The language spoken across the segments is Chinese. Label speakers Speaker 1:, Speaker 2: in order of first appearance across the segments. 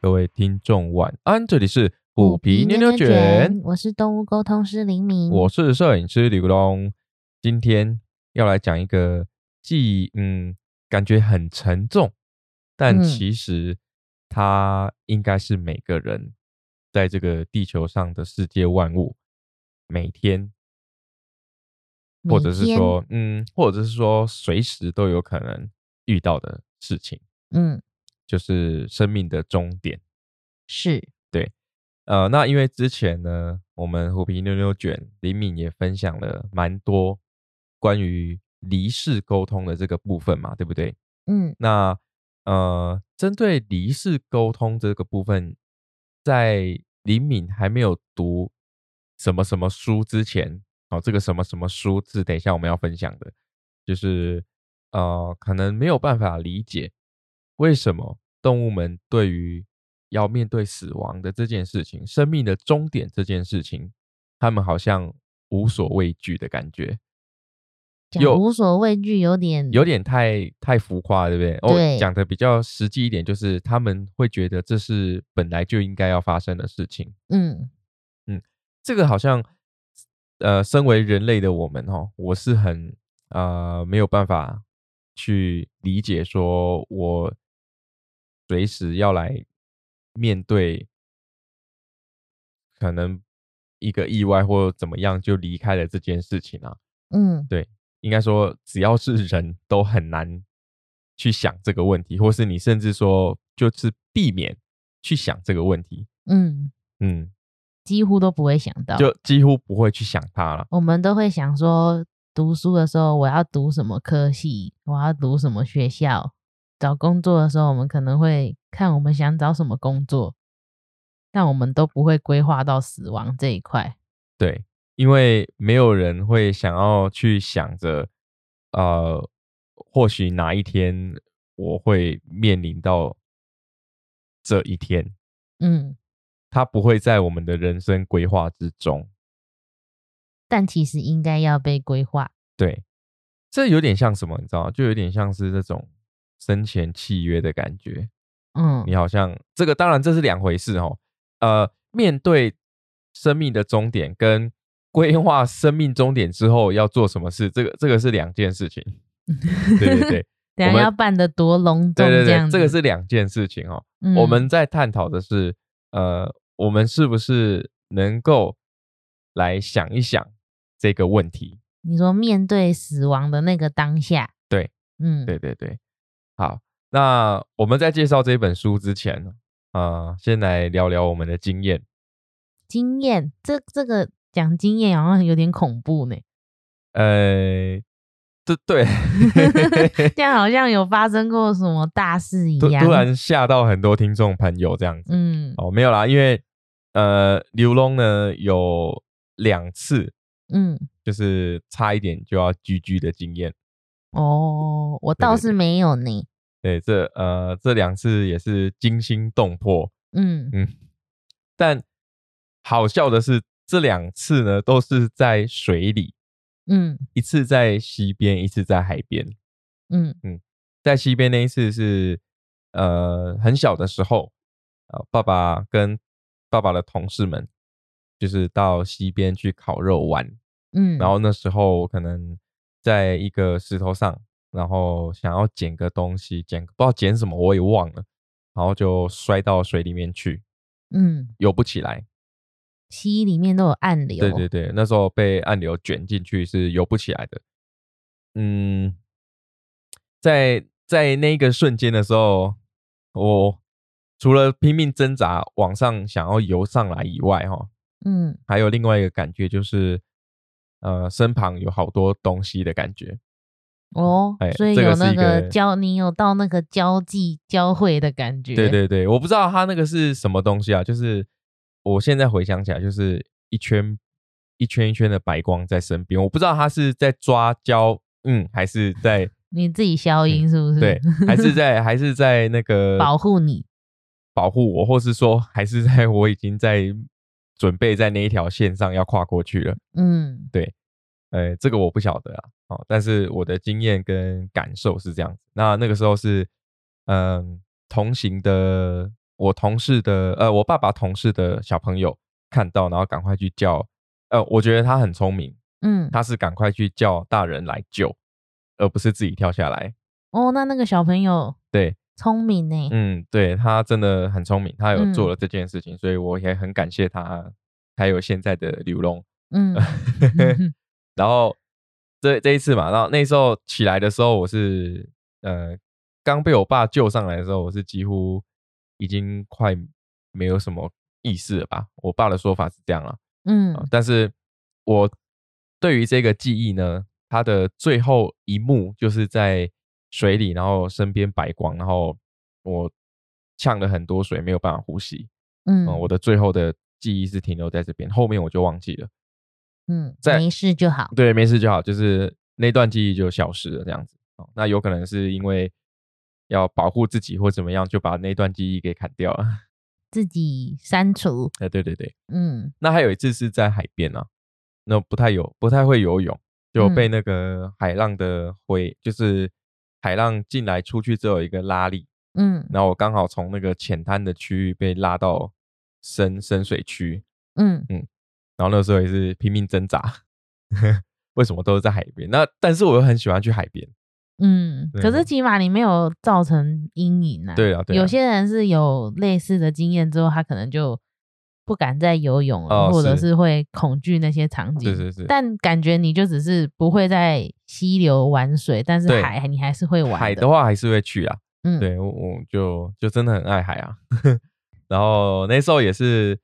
Speaker 1: 各位听众晚安，这里是虎皮妞妞卷，，
Speaker 2: 我是动物沟通师林明。
Speaker 1: 我是摄影师刘东，今天要来讲一个既嗯感觉很沉重，但
Speaker 2: 嗯
Speaker 1: 其实它应该是每个人在这个地球上的世界万物每天，或者是
Speaker 2: 每天
Speaker 1: 说嗯，或者是说随时都有可能遇到的事情，
Speaker 2: 嗯，
Speaker 1: 就是生命的终点。
Speaker 2: 是
Speaker 1: 呃，那因为之前呢，我们虎皮妞妞卷李敏也分享了蛮多关于离世沟通的这个部分嘛，对不对？
Speaker 2: 嗯
Speaker 1: 那呃，针对离世沟通这个部分，在李敏还没有读什么什么书之前，哦，这个什么什么书是等一下我们要分享的，就是呃，可能没有办法理解为什么动物们对于要面对死亡的这件事情、生命的终点这件事情，他们好像无所畏惧的感觉。
Speaker 2: 讲
Speaker 1: 有
Speaker 2: 无所畏惧，有点
Speaker 1: 有点太太浮夸，对不对？
Speaker 2: 对
Speaker 1: 哦、讲的比较实际一点，就是他们会觉得这是本来就应该要发生的事情。
Speaker 2: 嗯
Speaker 1: 这个好像，呃，身为人类的我们哦，我是很呃没有办法去理解，说我随时要来面对可能一个意外或怎么样就离开了这件事情啊。
Speaker 2: 嗯
Speaker 1: 应该说，只要是人都很难去想这个问题，或是你甚至说就是避免去想这个问题，
Speaker 2: 嗯，
Speaker 1: 嗯，
Speaker 2: 几乎都不会想到。
Speaker 1: 就几乎不会去想它了。
Speaker 2: 我们都会想说，读书的时候我要读什么科系，我要读什么学校；找工作的时候，我们可能会看我们想找什么工作，但我们都不会规划到死亡这一块。
Speaker 1: 对，因为没有人会想要去想着，呃，或许哪一天我会面临到这一天，
Speaker 2: 嗯，
Speaker 1: 它不会在我们的人生规划之中。
Speaker 2: 但其实应该要被规划。
Speaker 1: 对，这有点像什么，你知道吗？就有点像是这种生前契约的感觉。
Speaker 2: 嗯
Speaker 1: 你好像这个，当然这是两回事哦。呃，面对生命的终点跟规划生命终点之后要做什么事，这个这个是两件事 情。对对对我
Speaker 2: 等下
Speaker 1: 们
Speaker 2: 要办的多隆重，
Speaker 1: 对对
Speaker 2: 这样
Speaker 1: 对，这
Speaker 2: 子
Speaker 1: 个是两件事情哦。
Speaker 2: 嗯
Speaker 1: 我们在探讨的是，呃，我们是不是能够来想一想这个问题？
Speaker 2: 你说面对死亡的那个当下，
Speaker 1: 对，
Speaker 2: 嗯，
Speaker 1: 对对对，好，那我们在介绍这本书之前呢，呃，先来聊聊我们的经验。
Speaker 2: 经验，这这个讲经验好像有点恐怖呢，
Speaker 1: 呃，这 对，
Speaker 2: 这样好像有发生过什么大事一
Speaker 1: 突
Speaker 2: 样，
Speaker 1: 突，然吓到很多听众朋友这样子。
Speaker 2: 嗯
Speaker 1: 哦，没有啦，因为呃，刘龙呢有两次
Speaker 2: 嗯，
Speaker 1: 就是差一点就要 GG 的经验。
Speaker 2: 哦，我
Speaker 1: 对
Speaker 2: 倒
Speaker 1: 对
Speaker 2: 是没有呢，
Speaker 1: 对，这呃这两次也是惊心动魄，
Speaker 2: 嗯，
Speaker 1: 但好笑的是，这两次呢都是在水里，
Speaker 2: 嗯
Speaker 1: 一次在西边，一次在海边。
Speaker 2: 嗯
Speaker 1: 在西边那一次是呃很小的时候，呃，爸爸跟爸爸的同事们就是到西边去烤肉玩，
Speaker 2: 嗯，
Speaker 1: 然后那时候可能在一个石头上，然后想要捡个东西，捡不知道捡什么我也忘了，然后就摔到水里面去，
Speaker 2: 嗯，
Speaker 1: 游不起来。
Speaker 2: 溪里面都有暗流，
Speaker 1: 对对对，那时候被暗流卷进去是游不起来的。嗯，在在那个瞬间的时候，我除了拼命挣扎往上想要游上来以外，哈，
Speaker 2: 嗯
Speaker 1: 还有另外一个感觉就是，呃，身旁有好多东西的感觉。
Speaker 2: 哦
Speaker 1: 哎，
Speaker 2: 所以
Speaker 1: 这个
Speaker 2: 有
Speaker 1: 是
Speaker 2: 那
Speaker 1: 一
Speaker 2: 个
Speaker 1: 个
Speaker 2: 交，你有到那个交际交汇的感觉，
Speaker 1: 对，对对，我不知道它那个是什么东西啊，就是我现在回想起来，就是一圈一圈一圈的白光在身边，我不知道它是在抓胶，嗯，还是在
Speaker 2: 你自己消音是不是？
Speaker 1: 嗯对，还是在还是在那个
Speaker 2: 嗯保护你，
Speaker 1: 保护我，或是说还是在我已经在准备在那一条线上要跨过去了。
Speaker 2: 嗯。
Speaker 1: 呃，这个我不晓得啊，哦，但是我的经验跟感受是这样子。那那个时候是，嗯，同行的，我同事的呃，我爸爸同事的小朋友看到，然后赶快去叫。呃，我觉得他很聪明，
Speaker 2: 嗯，
Speaker 1: 他是赶快去叫大人来救，而不是自己跳下来。
Speaker 2: 哦，那那个小朋友
Speaker 1: 对，
Speaker 2: 聪明呢、
Speaker 1: 嗯，对他真的很聪明，他有做
Speaker 2: 嗯
Speaker 1: 了这件事情，所以我也很感谢他，还有现在的刘龙。
Speaker 2: 嗯，
Speaker 1: 然后这这一次嘛，然后那时候起来的时候，我是呃刚被我爸救上来的时候，我是几乎已经快没有什么意识了吧。我爸的说法是这样啊，
Speaker 2: 嗯
Speaker 1: 啊但是我对于这个记忆呢，它的最后一幕就是在水里，然后身边白光，然后我呛了很多水，没有办法呼吸。
Speaker 2: 嗯
Speaker 1: 嗯、我的最后的记忆是停留在这边，后面我就忘记了。
Speaker 2: 嗯，
Speaker 1: 在
Speaker 2: 没事就好。
Speaker 1: 对，没事就好，就是那段记忆就消失了这样子。哦，那有可能是因为要保护自己或怎么样，就把那段记忆给砍掉了。
Speaker 2: 自己删除。
Speaker 1: 哎，对对对。
Speaker 2: 嗯
Speaker 1: 那还有一次是在海边啊，那不太有不太会游泳，就
Speaker 2: 嗯
Speaker 1: 被那个海浪的回，就是海浪进来出去之后有一个拉力，
Speaker 2: 嗯
Speaker 1: 然后我刚好从那个浅滩的区域被拉到深深水区，
Speaker 2: 嗯
Speaker 1: 然后那时候也是拼命挣扎。 为什么都是在海边？那但是我又很喜欢去海边。
Speaker 2: 嗯，
Speaker 1: 对
Speaker 2: 可是起码你没有造成阴影啊。
Speaker 1: 对啊，对啊。
Speaker 2: 有些人是有类似的经验之后，他可能就不敢再游泳了，
Speaker 1: 哦
Speaker 2: 或者
Speaker 1: 是
Speaker 2: 是会恐惧那些场景。
Speaker 1: 是是是，
Speaker 2: 但感觉你就只是不会在溪流玩水，但是
Speaker 1: 对
Speaker 2: 海你还是会玩
Speaker 1: 海
Speaker 2: 的
Speaker 1: 的话还是会去啊。
Speaker 2: 嗯
Speaker 1: 对我我就就真的很爱海啊。 然后那时候也是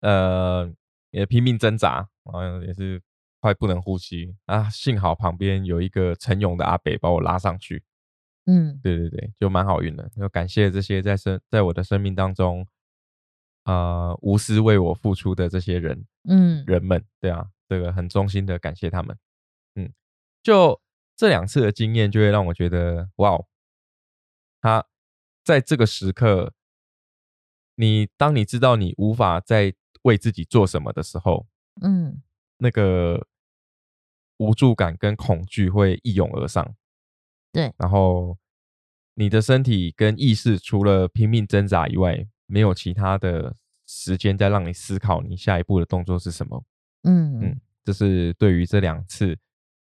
Speaker 1: 呃也拼命挣扎，然后也是快不能呼吸啊。幸好旁边有一个晨泳的阿北把我拉上去，
Speaker 2: 嗯
Speaker 1: 对对对，就蛮好运的。就感谢这些在生在我的生命当中，呃无私为我付出的这些人。
Speaker 2: 嗯
Speaker 1: 人们，对啊，这个很衷心的感谢他们。嗯，就这两次的经验，就会让我觉得，哇哦，他在这个时刻，你当你知道你无法再为自己做什么的时候，
Speaker 2: 嗯
Speaker 1: 那个无助感跟恐惧会一涌而上。
Speaker 2: 对，
Speaker 1: 然后你的身体跟意识除了拼命挣扎以外，没有其他的时间再让你思考你下一步的动作是什么。
Speaker 2: 嗯
Speaker 1: 这是对于这两次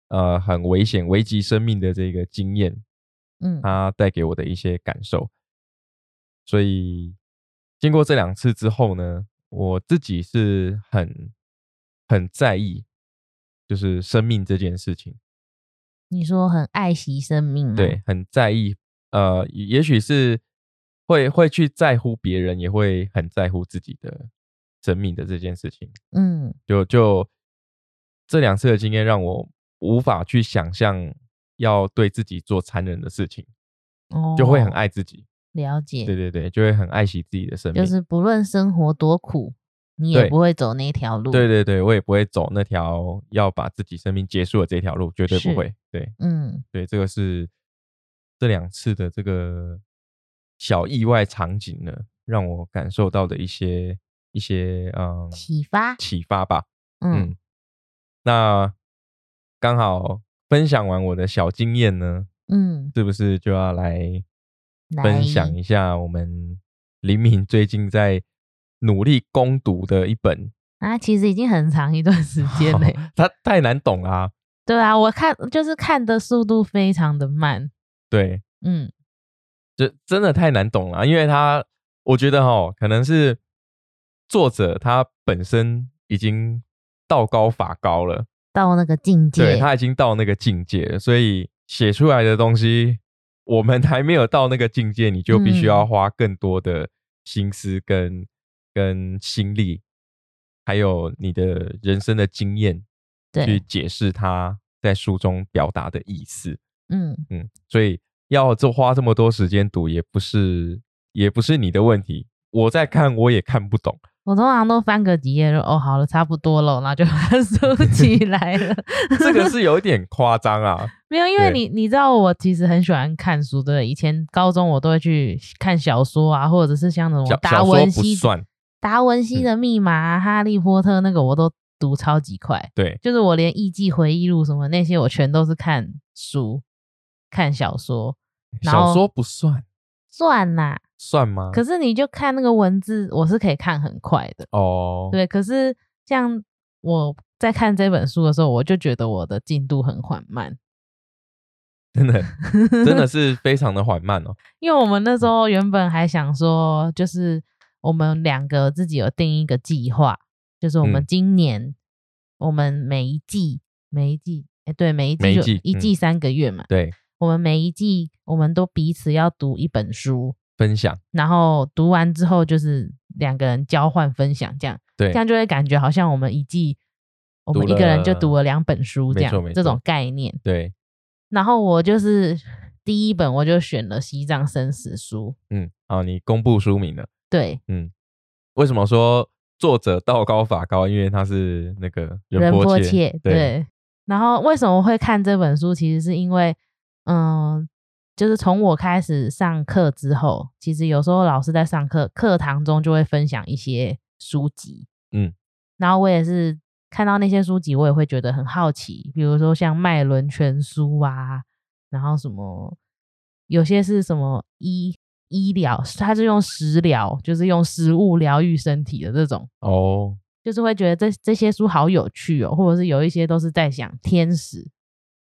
Speaker 1: 呃很危险、危及生命的这个经验，
Speaker 2: 嗯
Speaker 1: 它带给我的一些感受。所以经过这两次之后呢，我自己是很很在意，就是生命这件事情，
Speaker 2: 你说很爱惜生命吗？
Speaker 1: 对，，很在意。呃，也也许是会会去在乎别人，也会很在乎自己的生命的这件事情。
Speaker 2: 嗯
Speaker 1: 就就这两次的经验让我无法去想象要对自己做残忍的事情，
Speaker 2: 哦，
Speaker 1: 就会很爱自己。
Speaker 2: 了解。
Speaker 1: 对对对，就会很爱惜自己的生命。
Speaker 2: 就是不论生活多苦，你也
Speaker 1: 对
Speaker 2: 不会走那条路。
Speaker 1: 对，对对，我也不会走那条要把自己生命结束的这条路，绝对
Speaker 2: 是
Speaker 1: 不会。对
Speaker 2: 嗯
Speaker 1: 对，这个是这两次的这个小意外场景呢，让我感受到的一些一些嗯
Speaker 2: 启发
Speaker 1: 启发吧。
Speaker 2: 嗯
Speaker 1: 嗯，那刚好分享完我的小经验呢，
Speaker 2: 嗯，
Speaker 1: 是不是就要来
Speaker 2: 来
Speaker 1: 分享一下我们李敏最近在努力攻读的一本？
Speaker 2: 啊，其实已经很长一段时间了。
Speaker 1: 它太难懂啦、
Speaker 2: 对啊，我看就是看的速度非常的慢。
Speaker 1: 对，
Speaker 2: 嗯
Speaker 1: 就真的太难懂了、因为它我觉得哈，可能是作者他本身已经道高法高了。
Speaker 2: 到那个境
Speaker 1: 对
Speaker 2: 界，
Speaker 1: 他已经到那个境界了，所以写出来的东西，我们还没有到那个境界，你就必须要
Speaker 2: 嗯
Speaker 1: 花更多的心思跟、跟心力，还有你的人生的经验去
Speaker 2: 对，
Speaker 1: 解释他在书中表达的意思。
Speaker 2: 嗯，
Speaker 1: 嗯，所以要这花这么多时间读，也不是也不是你的问题。我在看，我也看不懂。
Speaker 2: 我通常都翻个几页就哦，好了，差不多了，然后就把 它收起来了。
Speaker 1: 这个是有一点夸张 啊。
Speaker 2: 没有，因为
Speaker 1: 对
Speaker 2: 你你知道我其实很喜欢看书，对不对，以前高中我都会去看小说啊，或者是像那
Speaker 1: 小
Speaker 2: 种达
Speaker 1: 小说
Speaker 2: 文
Speaker 1: 不
Speaker 2: 西
Speaker 1: 算，嗯
Speaker 2: 达文西的密码、啊、哈利波特那个我都读超级快，
Speaker 1: 对，
Speaker 2: 就是我连艺伎回忆录什么那些我全都是看书、看小说，然
Speaker 1: 小
Speaker 2: 后
Speaker 1: 说不算。
Speaker 2: 算啦，
Speaker 1: 算吗？
Speaker 2: 可是你就看那个文字，我是可以看很快的。
Speaker 1: 哦，
Speaker 2: 对，可是像我在看这本书的时候，我就觉得我的进度很缓慢，
Speaker 1: 真的真的是非常的缓慢哦。
Speaker 2: 因为我们那时候原本还想说，就是我们两个自己有定一个计划，就是我们
Speaker 1: 嗯
Speaker 2: 今年、我们每一季每一季，哎、对，每一季
Speaker 1: 每一
Speaker 2: 就
Speaker 1: 季
Speaker 2: 一
Speaker 1: 嗯
Speaker 2: 季三个月嘛，
Speaker 1: 对，
Speaker 2: 我们每一季我们都彼此要读一本书，
Speaker 1: 分享，
Speaker 2: 然后读完之后就是两个人交换分享这样。
Speaker 1: 对
Speaker 2: 这，样就会感觉好像我们一季，我们
Speaker 1: 读
Speaker 2: 一个人就
Speaker 1: 了
Speaker 2: 读了两本书这
Speaker 1: 没错
Speaker 2: 样
Speaker 1: 没
Speaker 2: 这种
Speaker 1: 错
Speaker 2: 概念。
Speaker 1: 对，
Speaker 2: 然后我就是第一本我就选了西藏生死书，
Speaker 1: 嗯，好，你公布书名了。
Speaker 2: 对，
Speaker 1: 为什么说作者道高法高？因为他是那个
Speaker 2: 仁
Speaker 1: 波
Speaker 2: 波切，
Speaker 1: 对，
Speaker 2: 然后为什么会看这本书？其实是因为，嗯，就是从我开始上课之后，其实有时候老师在上课课堂中就会分享一些书籍，
Speaker 1: 嗯，
Speaker 2: 然后我也是看到那些书籍，我也会觉得很好奇，比如说像脉轮全书啊，然后什么有些是什么医医疗，它是用食疗，就是用食物疗愈身体的这种。
Speaker 1: 哦，
Speaker 2: 就是会觉得这这些书好有趣哦，或者是有一些都是在想天使，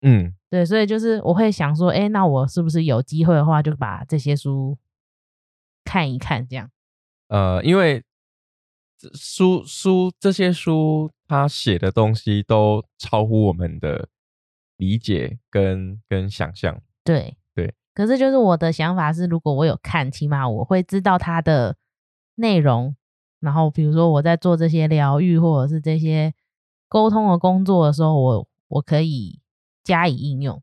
Speaker 1: 嗯，
Speaker 2: 对，所以就是我会想说，哎，那我是不是有机会的话，就把这些书看一看，这样
Speaker 1: 呃，因为这书书这些书他写的东西都超乎我们的理解跟跟想象。
Speaker 2: 对
Speaker 1: 对。
Speaker 2: 可是就是我的想法是，如果我有看，起码我会知道它的内容，然后比如说我在做这些疗愈或者是这些沟通的工作的时候，我我可以加以应用。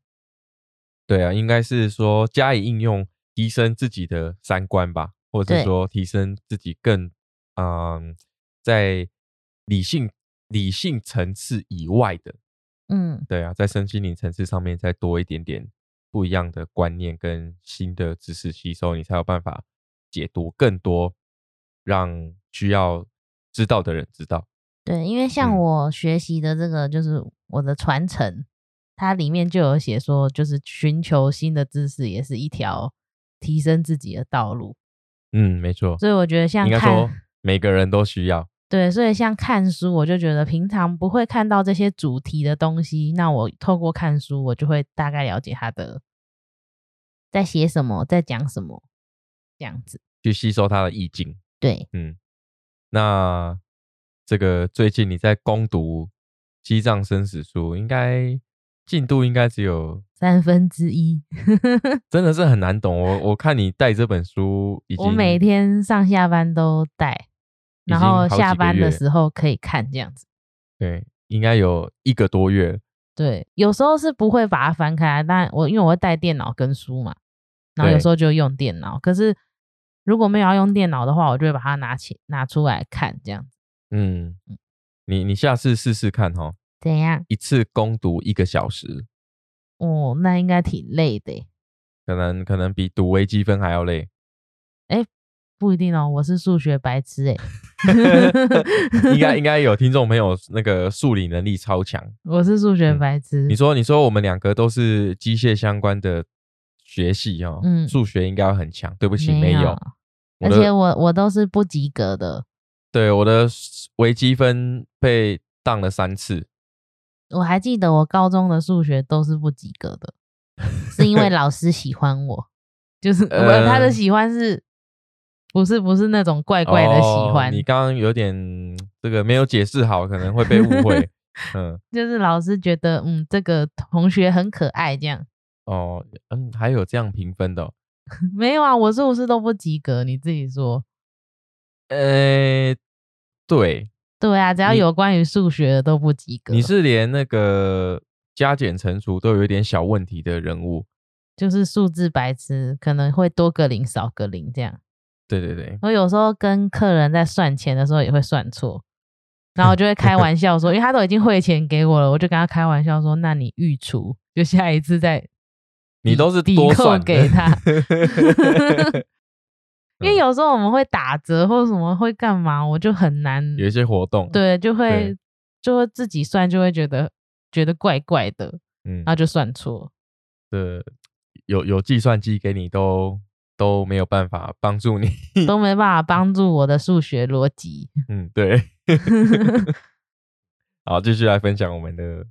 Speaker 1: 对啊，应该是说加以应用，提升自己的三观吧，或者
Speaker 2: 对
Speaker 1: 是说提升自己更嗯，在理性理性层次以外的，
Speaker 2: 嗯，
Speaker 1: 对啊，在身心灵层次上面再多一点点不一样的观念跟新的知识吸收，你才有办法解读更多，让需要知道的人知道。
Speaker 2: 对，因为像
Speaker 1: 嗯
Speaker 2: 我学习的这个，就是我的传承，它里面就有写说，就是寻求新的知识也是一条提升自己的道路。
Speaker 1: 嗯，没错，
Speaker 2: 所以我觉得像
Speaker 1: 应该说
Speaker 2: 看，
Speaker 1: 每个人都需要。
Speaker 2: 对，所以像看书，我就觉得平常不会看到这些主题的东西，那我透过看书，我就会大概了解他的在写什么，在讲什么，这样子。
Speaker 1: 去吸收它的意境。
Speaker 2: 对，
Speaker 1: 嗯，那这个最近你在攻读《西藏生死书》，应该进度应该只有
Speaker 2: 三分之一，
Speaker 1: 真的是很难懂。我我看你带这本书已经，
Speaker 2: 我每天上下班都带，
Speaker 1: 已
Speaker 2: 然
Speaker 1: 经
Speaker 2: 后
Speaker 1: 好几
Speaker 2: 下
Speaker 1: 个
Speaker 2: 班
Speaker 1: 月
Speaker 2: 的时候可以看这样子。
Speaker 1: 对应该有一个多月，
Speaker 2: 对，有时候是不会把它翻开，啊但我因为我会带电脑跟书嘛，然后有
Speaker 1: 对
Speaker 2: 时候就用电脑。可是如果没有要用电脑的话，我就会把它拿起拿出来看，这样
Speaker 1: 嗯，你你下次试试看哈、
Speaker 2: 怎样？
Speaker 1: 一次攻读一个小时，
Speaker 2: 哦，那应该挺累的耶。
Speaker 1: 可能可能比读微积分还要累。，
Speaker 2: 不一定哦，我是数学白痴哎
Speaker 1: 应该应该有听众朋友那个数理能力超强，
Speaker 2: 我是数学
Speaker 1: 嗯
Speaker 2: 白痴
Speaker 1: 你。说，你说我们两个都是机械相关的学系哦，
Speaker 2: 嗯
Speaker 1: 数学应该要很强。对不起，没
Speaker 2: 有，
Speaker 1: 有。我
Speaker 2: 而
Speaker 1: 的
Speaker 2: 且我我都是不及格的，
Speaker 1: 对我的微积分被当了三次，
Speaker 2: 我还记得我高中的数学都是不及格的，是因为老师喜欢我， 就是、不
Speaker 1: 呃
Speaker 2: 他的喜欢是，不是不是那种怪怪的喜欢，
Speaker 1: 哦你刚刚有点嗯这个没有解释好，可能会被误 会。嗯，
Speaker 2: 就是老师觉得嗯这个同学很可爱这样。
Speaker 1: 哦，嗯，还有这样评分的、哦，
Speaker 2: 没有啊，我是不是都不及格？你自己说。
Speaker 1: 呃，对，
Speaker 2: 对啊，只要
Speaker 1: 你
Speaker 2: 有关于数学的都不及格，
Speaker 1: 你是连那个加减乘除都有一点小问题的人物。
Speaker 2: 就是数字白痴，可能会多个零少个零这样。
Speaker 1: 对对对，
Speaker 2: 我有时候跟客人在算钱的时候也会算错，然后我就会开玩 笑说，因为他都已经汇钱给我了，我就跟他开玩笑说，那你预除，就下一次再，
Speaker 1: 你都是
Speaker 2: 抵
Speaker 1: 多
Speaker 2: 扣
Speaker 1: 算的
Speaker 2: 给他因
Speaker 1: 嗯
Speaker 2: 为有时候我们会打折或者什么会干嘛，我就很难，
Speaker 1: 有一些活动。，
Speaker 2: 对，就会就会自己算，就会觉得觉得怪怪的，
Speaker 1: 嗯
Speaker 2: 然后就算错，
Speaker 1: 的有有计算机给你都都没有办法帮助 你。
Speaker 2: 都没办法帮助我的数学逻辑。
Speaker 1: 嗯，对。好，继续来分享我们的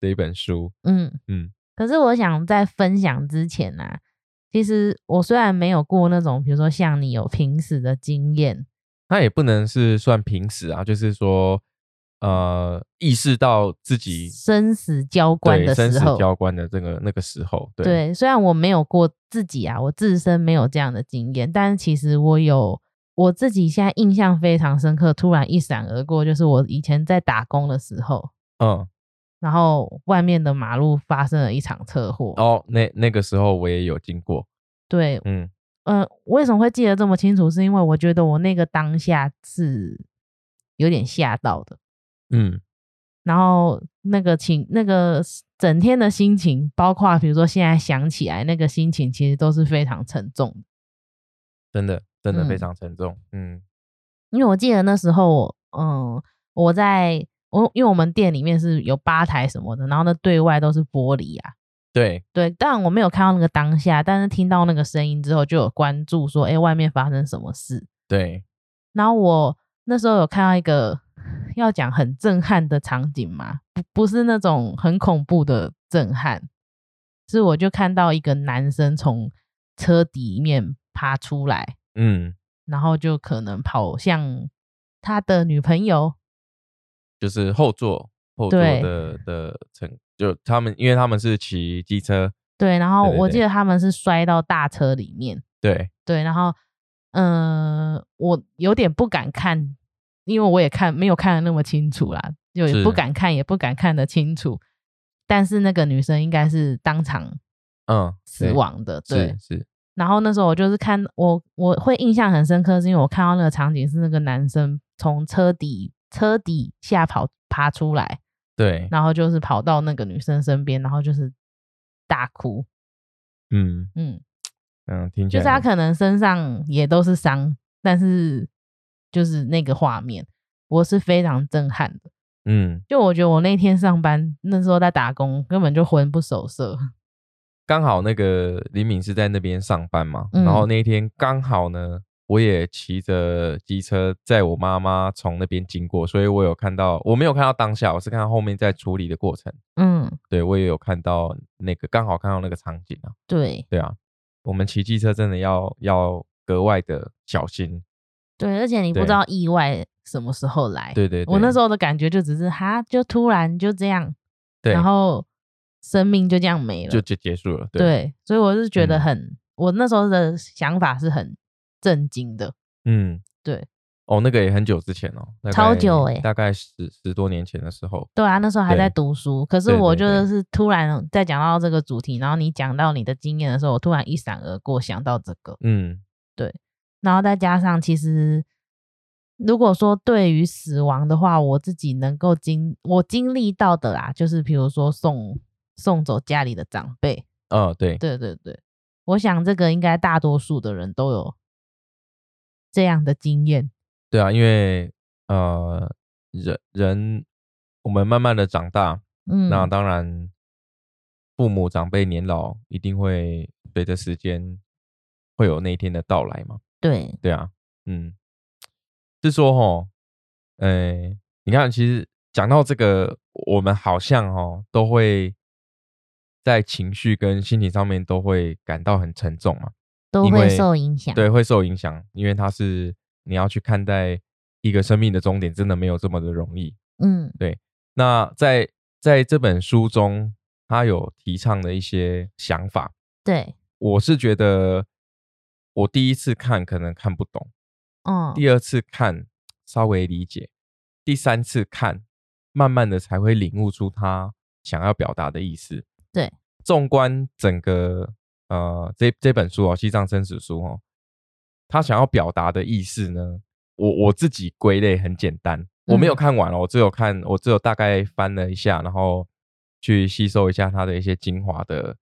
Speaker 1: 这一本书。
Speaker 2: 嗯
Speaker 1: 嗯，
Speaker 2: 可是我想在分享之前啊，其实我虽然没有过那种，比如说像你有平时的经验，
Speaker 1: 它也不能是算平时啊，就是说，呃，意识到自己
Speaker 2: 生死交关
Speaker 1: 对
Speaker 2: 的
Speaker 1: 生
Speaker 2: 时
Speaker 1: 死
Speaker 2: 候，
Speaker 1: 交关的这个那个时候，对，
Speaker 2: 对，虽然我没有过自己啊，我自身没有这样的经验，但是其实我有我自己现在印象非常深刻，突然一闪而过，就是我以前在打工的时候，
Speaker 1: 嗯，
Speaker 2: 然后外面的马路发生了一场车祸。
Speaker 1: 哦，那那个时候我也有经过，
Speaker 2: 对，
Speaker 1: 嗯
Speaker 2: 呃，为什么会记得这么清楚？是因为我觉得我那个当下是有点吓到的，
Speaker 1: 嗯，
Speaker 2: 然后那个情那个整天的心情，包括比如说现在想起来那个心情，其实都是非常沉重的。
Speaker 1: 真的真的
Speaker 2: 嗯
Speaker 1: 非常沉重，嗯
Speaker 2: 因为我记得那时候我，嗯，我在我因为我们店里面是有吧台什么的，然后呢对外都是玻璃啊，
Speaker 1: 对，
Speaker 2: 对，当然我没有看到那个当下，但是听到那个声音之后就有关注说，哎，外面发生什么事。
Speaker 1: 对，
Speaker 2: 然后我那时候有看到一个要讲很震撼的场景嘛，不不是那种很恐怖的震撼，是我就看到一个男生从车底面爬出来，
Speaker 1: 嗯，
Speaker 2: 然后就可能跑向他的女朋友，
Speaker 1: 就是后座后座
Speaker 2: 对
Speaker 1: 的的乘，就他们因为他们是骑机车，
Speaker 2: 对，然后
Speaker 1: 对对
Speaker 2: 我
Speaker 1: 对
Speaker 2: 记得他们是摔到大车里面，
Speaker 1: 对，
Speaker 2: 对，然后嗯、呃我有点不敢看，因为我也看没有看的那么清楚啦，就也
Speaker 1: 是
Speaker 2: 不敢看，也不敢看得清楚。但是那个女生应该是当场
Speaker 1: 嗯，
Speaker 2: 死
Speaker 1: 对，
Speaker 2: 亡的，对。
Speaker 1: 是是，
Speaker 2: 然后那时候我就是看我我会印象很深刻，是因为我看到那个场景是那个男生从车底车底下跑爬出来，
Speaker 1: 对，
Speaker 2: 然后就是跑到那个女生身边，然后就是大哭，
Speaker 1: 嗯
Speaker 2: 嗯，
Speaker 1: 嗯，听起
Speaker 2: 就
Speaker 1: 来
Speaker 2: 是他可能身上也都是伤，但是就是那个画面，我是非常震撼的。
Speaker 1: 嗯。
Speaker 2: 就我觉得我那天上班那时候在打工，根本就魂不守舍。
Speaker 1: 刚好那个李敏是在那边上班嘛，
Speaker 2: 嗯
Speaker 1: 然后那一天刚好呢，我也骑着机车载我妈妈从那边经过，所以我有看到，我没有看到当下，我是看到后面在处理的过程。
Speaker 2: 嗯，
Speaker 1: 对我也有看到那个，刚好看到那个场景啊，
Speaker 2: 对
Speaker 1: 对啊，我们骑机车真的要要格外的小心。
Speaker 2: 对，而且你不
Speaker 1: 对
Speaker 2: 知道意外什么时候来。
Speaker 1: 对对对，
Speaker 2: 我那时
Speaker 1: 候
Speaker 2: 候的感觉就只是哈，就突然就这样，
Speaker 1: 对，
Speaker 2: 然后生命就这样没了。
Speaker 1: 就就结束了。对，
Speaker 2: 对，所以我是觉得
Speaker 1: 嗯
Speaker 2: 很，我那时候的想法是很震惊的。
Speaker 1: 嗯，
Speaker 2: 对。
Speaker 1: 哦，那个也很久之前哦，大概
Speaker 2: 超久欸
Speaker 1: 大概十十多年前的时候，
Speaker 2: 对啊，那时候还在读书，可是
Speaker 1: 对
Speaker 2: 我
Speaker 1: 对
Speaker 2: 就
Speaker 1: 对
Speaker 2: 是突然在讲到这个主题，然后你讲到你的经验的时候，我突然一闪而过想到这个，
Speaker 1: 嗯，
Speaker 2: 然后再加上其实如果说对于死亡的话，我自己能够经我经历到的啦，就是比如说送送走家里的长辈，
Speaker 1: 哦，对，
Speaker 2: 对对对，我想这个应该大多数的人都有这样的经验，
Speaker 1: 对啊，因为呃，人人我们慢慢的长大，
Speaker 2: 嗯，
Speaker 1: 那当然父母长辈年老，一定会随着时间会有那一天的到来嘛。
Speaker 2: 对，
Speaker 1: 对啊，嗯，是说吼，呃，你看，其实讲到这个，我们好像哦都会在情绪跟心情上面都会感到很沉重嘛。
Speaker 2: 都
Speaker 1: 因
Speaker 2: 会
Speaker 1: 为
Speaker 2: 受影响，
Speaker 1: 对，会受影响，因为它是你要去看待一个生命的终点，真的没有这么的容易。
Speaker 2: 嗯
Speaker 1: 那在在这本书中，他有提倡的一些想法，
Speaker 2: 对，
Speaker 1: 我是觉得我第一次看可能看不懂，
Speaker 2: 嗯，
Speaker 1: 第二次看稍微理解，第三次看慢慢的才会领悟出他想要表达的意思。
Speaker 2: 对，
Speaker 1: 纵观整个呃这这本书哦，《西藏生死书》哦，他想要表达的意思呢，我我自己归类很简单，我没有
Speaker 2: 嗯
Speaker 1: 看完哦，我只有看我只有大概翻了一下，然后去吸收一下他的一些精华的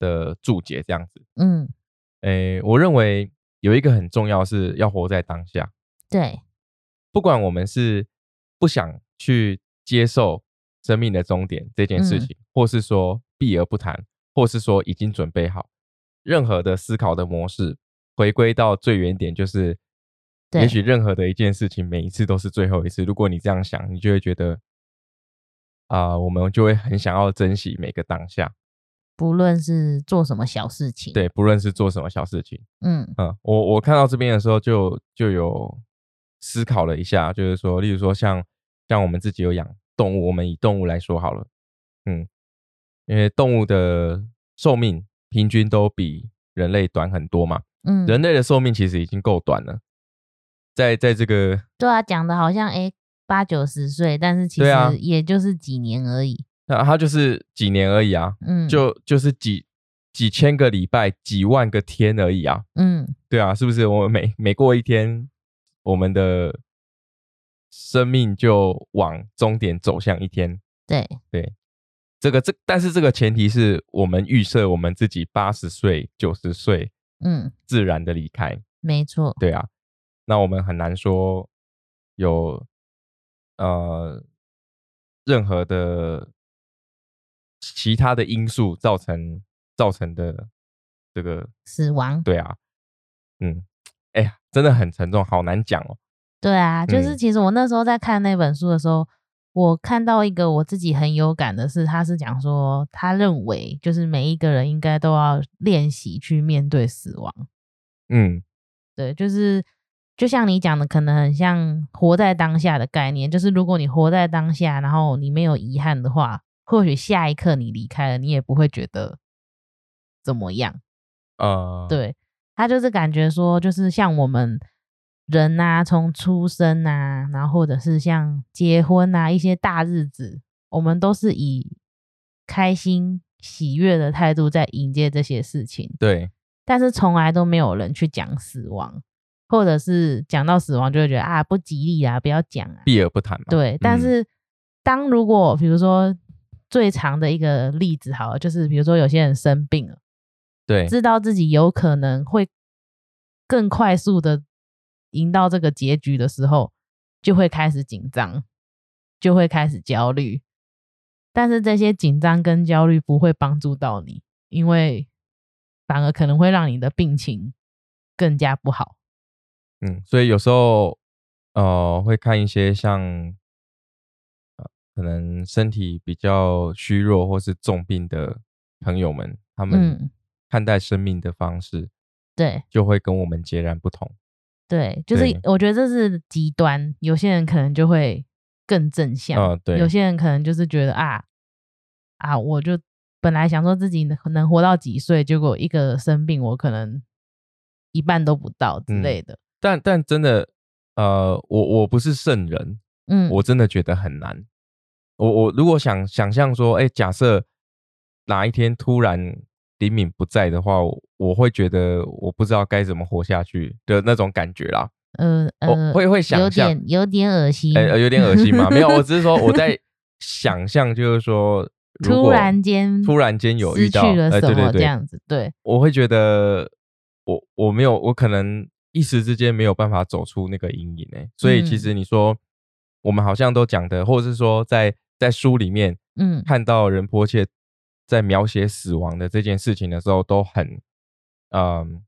Speaker 1: 的注解这样子。
Speaker 2: 嗯，
Speaker 1: 诶，我认为有一个很重要是要活在当下。
Speaker 2: 对，
Speaker 1: 不管我们是不想去接受生命的终点这件事情，或是说避而不谈，或是说已经准备好，任何的思考的模式回归到最原点，就是
Speaker 2: 对
Speaker 1: 也许任何的一件事情，每一次都是最后一次。如果你这样想，你就会觉得啊、我们就会很想要珍惜每个当下。
Speaker 2: 不论是做什么小事情，，
Speaker 1: 对，不论是做什么小事情，
Speaker 2: 嗯，
Speaker 1: 嗯，我我看到这边的时候就就有思考了一下，就是说，例如说像像我们自己有养动物，我们以动物来说好了，嗯，因为动物的寿命平均都比人类短很多嘛，
Speaker 2: 嗯，
Speaker 1: 人类的寿命其实已经够短了，在在这个
Speaker 2: 对啊，讲的好像诶八九十岁，但是其
Speaker 1: 对啊
Speaker 2: 实也就是几年而已，
Speaker 1: 那它就是几年而已啊，
Speaker 2: 嗯，
Speaker 1: 就就是几几千个礼拜、几万个天而已啊，
Speaker 2: 嗯
Speaker 1: 对啊，是不是？我们每每过一天，我们的生命就往终点走向一天。
Speaker 2: 对，
Speaker 1: 这个这，但是这个前提是我们预设我们自己八十岁、九十岁
Speaker 2: 嗯，
Speaker 1: 自然的离开。
Speaker 2: 没错，
Speaker 1: 对啊，那我们很难说有呃任何的其他的因素造成造成的这个
Speaker 2: 死亡，
Speaker 1: 对啊，嗯，哎呀，真的很沉重，好难讲哦。
Speaker 2: 对啊，就是
Speaker 1: 嗯
Speaker 2: 其实我那时候在看那本书的时候，我看到一个我自己很有感的是，他是讲说他认为就是每一个人应该都要练习去面对死亡。
Speaker 1: 嗯，
Speaker 2: 对，就是就像你讲的，可能很像活在当下的概念。就是如果你活在当下，然后你没有遗憾的话，或许下一刻你离开了，你也不会觉得怎么样。
Speaker 1: 呃，，
Speaker 2: 对他就是感觉说，就是像我们人啊，从出生啊，然后或者是像结婚啊一些大日子，我们都是以开心喜悦的态度在迎接这些事情。
Speaker 1: 对，
Speaker 2: 但是从来都没有人去讲死亡，或者是讲到死亡就会觉得啊不吉利啊，不要讲啊。
Speaker 1: 避而不谈嘛。，嗯
Speaker 2: 对，但是当如果比如说最长的一个例子好了，就是比如说有些人生病了，
Speaker 1: 对，
Speaker 2: 知道自己有可能会更快速的赢到这个结局的时候，就会开始紧张，就会开始焦虑。但是这些紧张跟焦虑不会帮助到你，因为反而可能会让你的病情更加不好。
Speaker 1: 嗯，所以有时候呃会看一些像、呃可能身体比较虚弱或是重病的朋友们，他们
Speaker 2: 嗯，
Speaker 1: 看待生命的方式
Speaker 2: 对
Speaker 1: 就会跟我们截然不同。
Speaker 2: 对，就是
Speaker 1: 对
Speaker 2: 我觉得这是极端，有些人可能就会更正向，
Speaker 1: 啊对
Speaker 2: 有些人可能就是觉得啊啊，我就本来想说自己能能活到几岁，结果一个生病，我可能一半都不到之
Speaker 1: 嗯
Speaker 2: 类的。
Speaker 1: 但但真的，呃，我我不是圣人，
Speaker 2: 嗯，
Speaker 1: 我真的觉得很难。我我如果想想象说，哎、假设哪一天突然李敏不在的话，我我会觉得我不知道该怎么活下去的那种感觉啦。
Speaker 2: 呃
Speaker 1: 我、
Speaker 2: 呃，
Speaker 1: 哦会会
Speaker 2: 有
Speaker 1: 想象，
Speaker 2: 点有点恶心，
Speaker 1: 哎、呃有点恶心嘛？没有，我只是说我 在想象，就是说，如
Speaker 2: 突
Speaker 1: 果
Speaker 2: 然间
Speaker 1: 突然间有
Speaker 2: 失
Speaker 1: 遇
Speaker 2: 去
Speaker 1: 到，
Speaker 2: 了
Speaker 1: 呃，
Speaker 2: 什
Speaker 1: 对
Speaker 2: 么、
Speaker 1: 对
Speaker 2: 这
Speaker 1: 对，
Speaker 2: 样子，对
Speaker 1: 我会觉得我我没有，我可能一时之间没有办法走出那个阴影诶、欸所以其
Speaker 2: 嗯
Speaker 1: 实你说、我们好像都讲的，或者是说在在书里面
Speaker 2: 嗯
Speaker 1: 看到仁波切在描写死亡的这件事情的时候，都很嗯、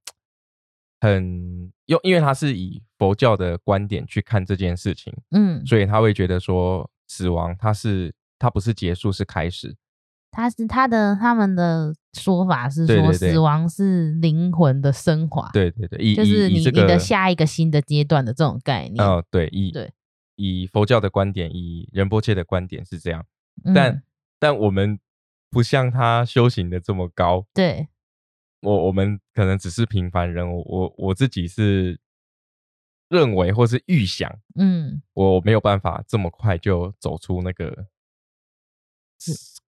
Speaker 1: 很用，因为他是以佛教的观点去看这件事情，
Speaker 2: 嗯，
Speaker 1: 所以他会觉得说死亡它是它不是结束是开始，
Speaker 2: 他是他的他们的说法是
Speaker 1: 对
Speaker 2: 说
Speaker 1: 对对
Speaker 2: 死亡是灵魂的升华，
Speaker 1: 对对对，以
Speaker 2: 就是
Speaker 1: 以
Speaker 2: 你、
Speaker 1: 以这个
Speaker 2: 你的下一个新的阶段的这种概念。
Speaker 1: 呃，对，以
Speaker 2: 对
Speaker 1: 以佛教的观点，以仁波切的观点是这样，
Speaker 2: 嗯
Speaker 1: 但但我们不像他修行的这么高，
Speaker 2: 对
Speaker 1: 我我们可能只是平凡人，我我我自己是认为或是预想，
Speaker 2: 嗯
Speaker 1: 我没有办法这么快就走出那个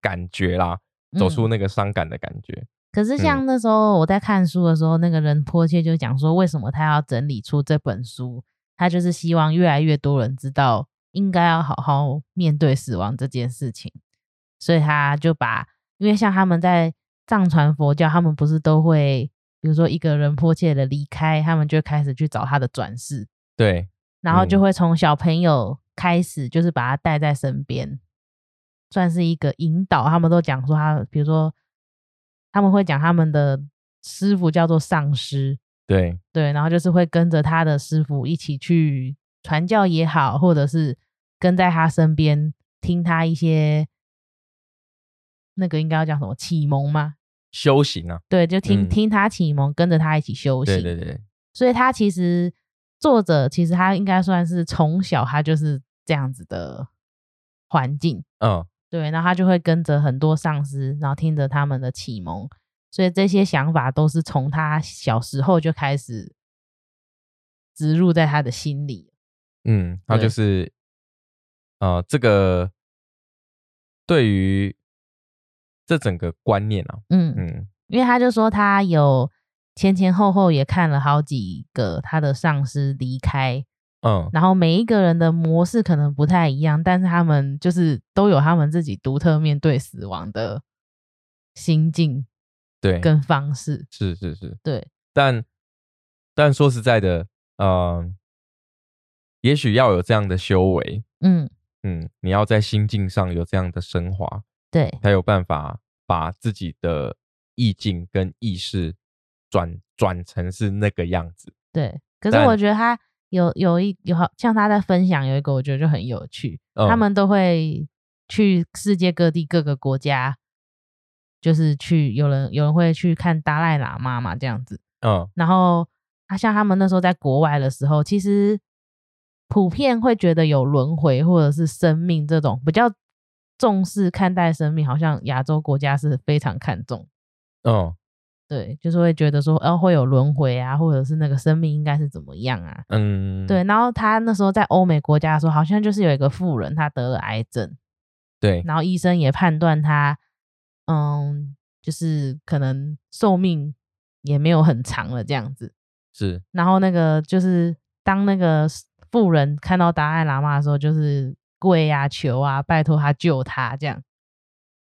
Speaker 1: 感觉啦，走出
Speaker 2: 嗯
Speaker 1: 那个嗯伤感的感觉，
Speaker 2: 可是像那时候我在看书的时候，那个人迫切就讲说，为什么他要整理出这本书？他就是希望越来越多人知道，应该要好好面对死亡这件事情。所以他就把，因为像他们在藏传佛教，他们不是都会，比如说一个人迫切的离开，他们就开始去找他的转世，
Speaker 1: 对，
Speaker 2: 然后就
Speaker 1: 嗯
Speaker 2: 会从小朋友开始，就是把他带在身边，算是一个引导。他们都讲说他，比如说他们会讲他们的师傅叫做上师，
Speaker 1: 对，
Speaker 2: 对，然后就是会跟着他的师傅一起去传教也好，或者是跟在他身边听他一些那个应该要讲什么启蒙吗？
Speaker 1: 修行啊，
Speaker 2: 对，就听、
Speaker 1: 嗯
Speaker 2: 听他启蒙，跟着他一起修行。
Speaker 1: 对对对，
Speaker 2: 所以他其实作者其实他应该算是从小他就是这样子的环境，
Speaker 1: 嗯，
Speaker 2: 对，然后他就会跟着很多上司，然后听着他们的启蒙，所以这些想法都是从他小时候就开始植入在他的心里。
Speaker 1: 嗯，他
Speaker 2: 对
Speaker 1: 就是，呃，这个对于这整个观念啊，
Speaker 2: 嗯，
Speaker 1: 嗯
Speaker 2: 因为他就说他有前前后后也看了好几个他的上司离开，
Speaker 1: 嗯，
Speaker 2: 然后每一个人的模式可能不太一样，但是他们就是都有他们自己独特面对死亡的心境
Speaker 1: 对，
Speaker 2: 跟方式。
Speaker 1: 是是是，
Speaker 2: 对，
Speaker 1: 但但说实在的，呃，也许要有这样的修为，
Speaker 2: 嗯，
Speaker 1: 嗯，你要在心境上有这样的升华，
Speaker 2: 对，
Speaker 1: 才有办法把自己的意境跟意识转转成是那个样子。
Speaker 2: 对。可是
Speaker 1: 但
Speaker 2: 我觉得他有有一有好像他在分享有一个，我觉得就很有趣，
Speaker 1: 嗯、
Speaker 2: 他们都会去世界各地各个国家。就是去有人有人会去看达赖喇嘛嘛这样子，
Speaker 1: 嗯
Speaker 2: 然后啊，像他们那时候在国外的时候，其实普遍会觉得有轮回或者是生命这种比较重视看待生命，好像亚洲国家是非常看重。
Speaker 1: 嗯
Speaker 2: 对，就是会觉得说，哦、会有轮回啊，或者是那个生命应该是怎么样啊？
Speaker 1: 嗯，
Speaker 2: 对，然后他那时候在欧美国家的时候，好像就是有一个富人，他得了癌症，
Speaker 1: 对，
Speaker 2: 然后医生也判断他，嗯，就是可能寿命也没有很长了这样子。
Speaker 1: 是
Speaker 2: 然后那个就是当那个富人看到达赖喇嘛的时候，就是跪啊求啊，拜托他救他这样。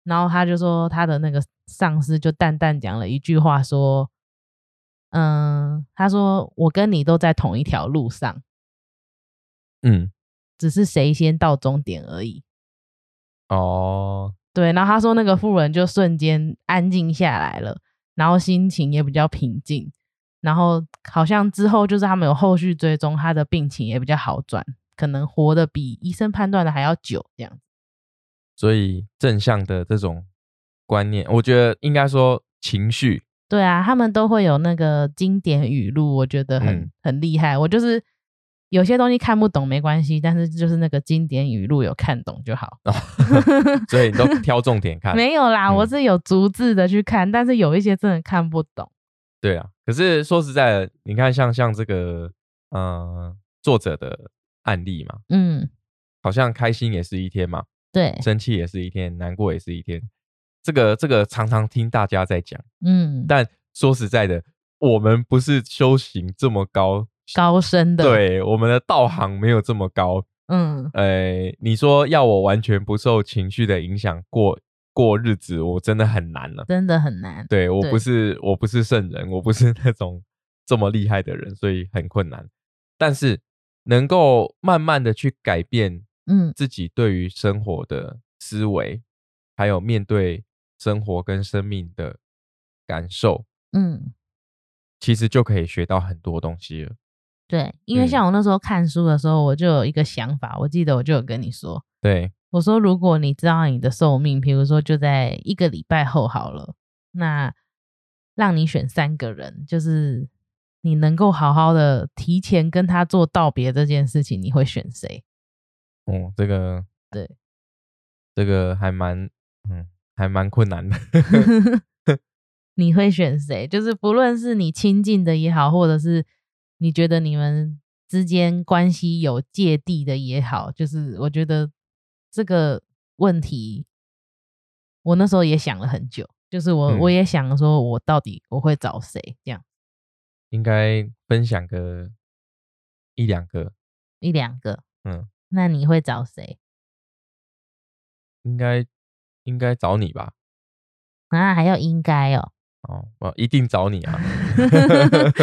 Speaker 2: 然后他就说他的那个上司就淡淡讲了一句话说，嗯，他说我跟你都在同一条路上，
Speaker 1: 嗯
Speaker 2: 只是谁先到终点而已。
Speaker 1: 哦，
Speaker 2: 对，然后他说那个富人就瞬间安静下来了，然后心情也比较平静，然后好像之后就是他们有后续追踪，他的病情也比较好转，可能活得比医生判断的还要久，这样子。
Speaker 1: 所以正向的这种观念，我觉得应该说情绪，
Speaker 2: 对啊，他们都会有那个经典语录，我觉得很、
Speaker 1: 嗯
Speaker 2: 很厉害。我就是有些东西看不懂没关系，但是就是那个经典语录有看懂就好。
Speaker 1: 哦 所以你都挑重点看。
Speaker 2: 没有啦，我
Speaker 1: 嗯
Speaker 2: 是有逐字的去看，但是有一些真的看不懂。
Speaker 1: 对啊，可是说实在的，你看像像这个呃作者的案例嘛，
Speaker 2: 嗯，
Speaker 1: 好像开心也是一天嘛，
Speaker 2: 对，
Speaker 1: 生气也是一天，难过也是一天。这个这个常常听大家在讲，
Speaker 2: 嗯，
Speaker 1: 但说实在的，我们不是修行这么高，
Speaker 2: 高深的，，
Speaker 1: 对我们的道行没有这么高。
Speaker 2: 嗯，
Speaker 1: 呃，你说要我完全不受情绪的影响过过日子，我真的很难了。
Speaker 2: 真的很难。
Speaker 1: 对我
Speaker 2: 对
Speaker 1: 不是我不是圣人，我不是 那种这么厉害的人，所以很困难。但是能够慢慢的去改变
Speaker 2: 嗯
Speaker 1: 自己对于生活的思维，还有面对生活跟生命的感受，
Speaker 2: 嗯，
Speaker 1: 其实就可以学到很多东西了。
Speaker 2: 对，因为
Speaker 1: 嗯
Speaker 2: 像我那时候看书的时候，我就有一个想法，我记得我就有跟你说，
Speaker 1: 对，
Speaker 2: 我说如果你知道你的寿命，比如说就在一个礼拜后好了，那让你选三个人，就是你能够好好的提前跟他做道别这件事情，你会选谁？
Speaker 1: 嗯，这个
Speaker 2: 对，
Speaker 1: 这个还蛮嗯还蛮困难的。
Speaker 2: 你会选谁？就是不论是你亲近的也好，或者是你觉得你们之间关系有芥蒂的也好，就是我觉得这个问题，我那时候也想了很久，就是我、
Speaker 1: 嗯
Speaker 2: 我也想说，我到底我会找谁？这样
Speaker 1: 应该分享个一两个，
Speaker 2: 一两个，
Speaker 1: 嗯，
Speaker 2: 那你会找谁
Speaker 1: 应该应该找你吧？
Speaker 2: 啊？还要应该哦，
Speaker 1: 哦，我一定找你啊！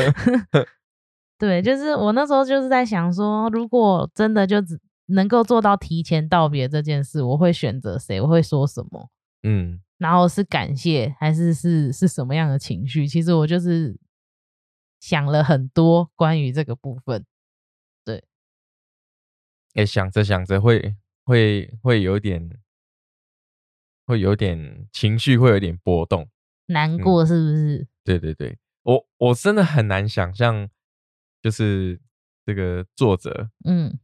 Speaker 2: 对，就是我那时候就是在想说，如果真的就只能够做到提前道别这件事，我会选择谁？我会说什么？
Speaker 1: 嗯，
Speaker 2: 然后是感谢还是是是什么样的情绪？其实我就是想了很多关于这个部分。
Speaker 1: 哎、想着想着会会会有点，会有点情绪，会有点波动。
Speaker 2: 难
Speaker 1: 嗯
Speaker 2: 过是不是？
Speaker 1: 对对对，我我真的很难想象，就是这个作者
Speaker 2: 嗯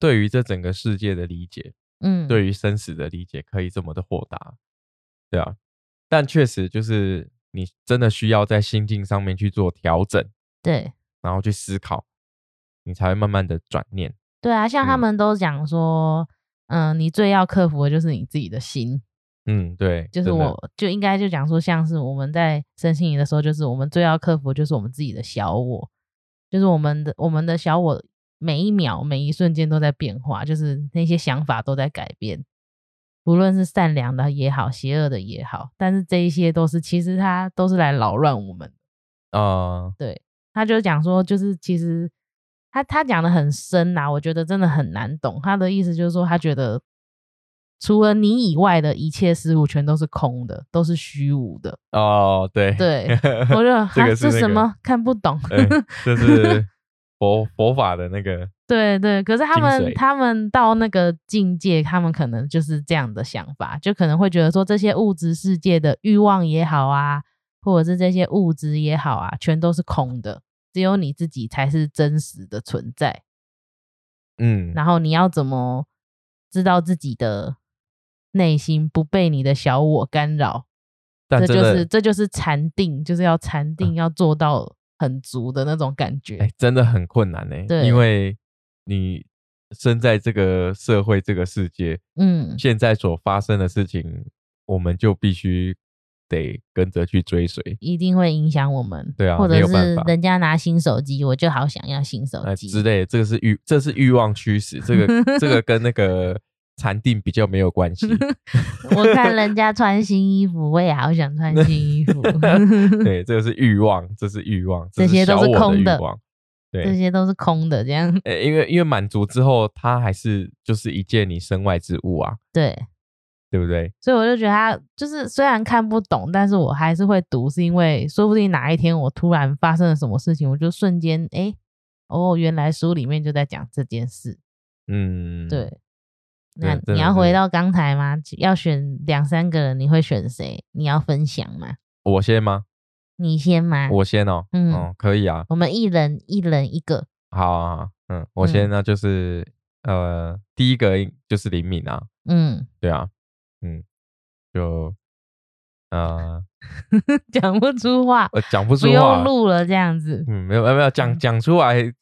Speaker 1: 对于这整个世界的理解，
Speaker 2: 嗯，
Speaker 1: 对于生死的理解，可以这么的豁达，对啊。但确实就是你真的需要在心境上面去做调整，
Speaker 2: 对
Speaker 1: 然后去思考，你才会慢慢的转念。
Speaker 2: 对啊，像他
Speaker 1: 嗯
Speaker 2: 们都讲说，嗯、你最要克服的就是你自己的心，
Speaker 1: 嗯，对，
Speaker 2: 就是
Speaker 1: 真的
Speaker 2: 我就应该就讲说，像是我们在身心灵的时候，就是我们最要克服的就是我们自己的小我，就是我们的我们的小我每一秒每一瞬间都在变化，就是那些想法都在改变。无论是善良的也好，邪恶的也好，但是这一些都是其实它都是来扰乱我们的
Speaker 1: 啊、
Speaker 2: 他就讲说，就是其实他他讲的很深呐、我觉得真的很难懂。他的意思就是说，他觉得除了你以外的一切事物全都是空的，都是虚无的。
Speaker 1: 哦，对
Speaker 2: 对 我就
Speaker 1: 这
Speaker 2: 哈
Speaker 1: 个是
Speaker 2: 这
Speaker 1: 那
Speaker 2: 什
Speaker 1: 个嗯
Speaker 2: 么看不懂？
Speaker 1: 对，就是佛佛法的那个，
Speaker 2: 对对，可是他
Speaker 1: 精
Speaker 2: 们
Speaker 1: 髓
Speaker 2: 他们到那个境界，他们可能就是这样的想法，就可能会觉得说这些物质世界的欲望也好啊，或者是这些物质也好啊，全都是空的，只有你自己才是真实的存在。
Speaker 1: 嗯，
Speaker 2: 然后你要怎么知道自己的内心不被你的小我干扰？
Speaker 1: 但
Speaker 2: 这
Speaker 1: 真
Speaker 2: 就
Speaker 1: 的，嗯
Speaker 2: 是这就是禅定，就是要禅定，要做到很足的那种感觉。
Speaker 1: 哎、真的很困难呢、欸
Speaker 2: 对
Speaker 1: 因为你身在这个社会、这个世界，
Speaker 2: 嗯，
Speaker 1: 现在所发生的事情，我们就必须得跟着去追随。
Speaker 2: 一定会影响我们。
Speaker 1: 对啊
Speaker 2: 或
Speaker 1: 没
Speaker 2: 者
Speaker 1: 有办
Speaker 2: 是
Speaker 1: 法
Speaker 2: 人家拿新手机，我就好想要新手
Speaker 1: 呃
Speaker 2: 机。
Speaker 1: 之类的，这个是欲，这是欲望驱使，这个这个跟那个禅定比较没有关 系。
Speaker 2: 我看人家穿新衣服，我也好想穿新衣服。
Speaker 1: 对，这个是欲望，这是欲望，
Speaker 2: 这些都
Speaker 1: 小
Speaker 2: 是
Speaker 1: 我
Speaker 2: 空
Speaker 1: 欲
Speaker 2: 的
Speaker 1: 望。
Speaker 2: 这
Speaker 1: 对，
Speaker 2: 些都是空的，这样
Speaker 1: 呃，因为因为满足之后，它还是就是一件你身外之物啊，
Speaker 2: 对。
Speaker 1: 对不对？
Speaker 2: 所以我就觉得他就是虽然看不懂，但是我还是会读，是因为说不定哪一天我突然发生了什么事情，我就瞬间哎、诶哦，原来书里面就在讲这件事。
Speaker 1: 嗯，
Speaker 2: 对，那
Speaker 1: 对真
Speaker 2: 你
Speaker 1: 的
Speaker 2: 要回
Speaker 1: 是
Speaker 2: 到刚才吗？要选两三个人，你会选谁？你要分享吗？
Speaker 1: 我先吗？
Speaker 2: 你先吗？
Speaker 1: 我先哦，
Speaker 2: 嗯
Speaker 1: 哦，可以啊，
Speaker 2: 我们一人一人一个。
Speaker 1: 好啊，好啊嗯，我先呢就是呃，第一个就是灵敏啊，
Speaker 2: 嗯，
Speaker 1: 对啊，嗯，就呃，
Speaker 2: 讲不出话，
Speaker 1: 我讲不
Speaker 2: 不
Speaker 1: 出话
Speaker 2: 用，录了，这样子
Speaker 1: 嗯，没有没有没有讲讲出来，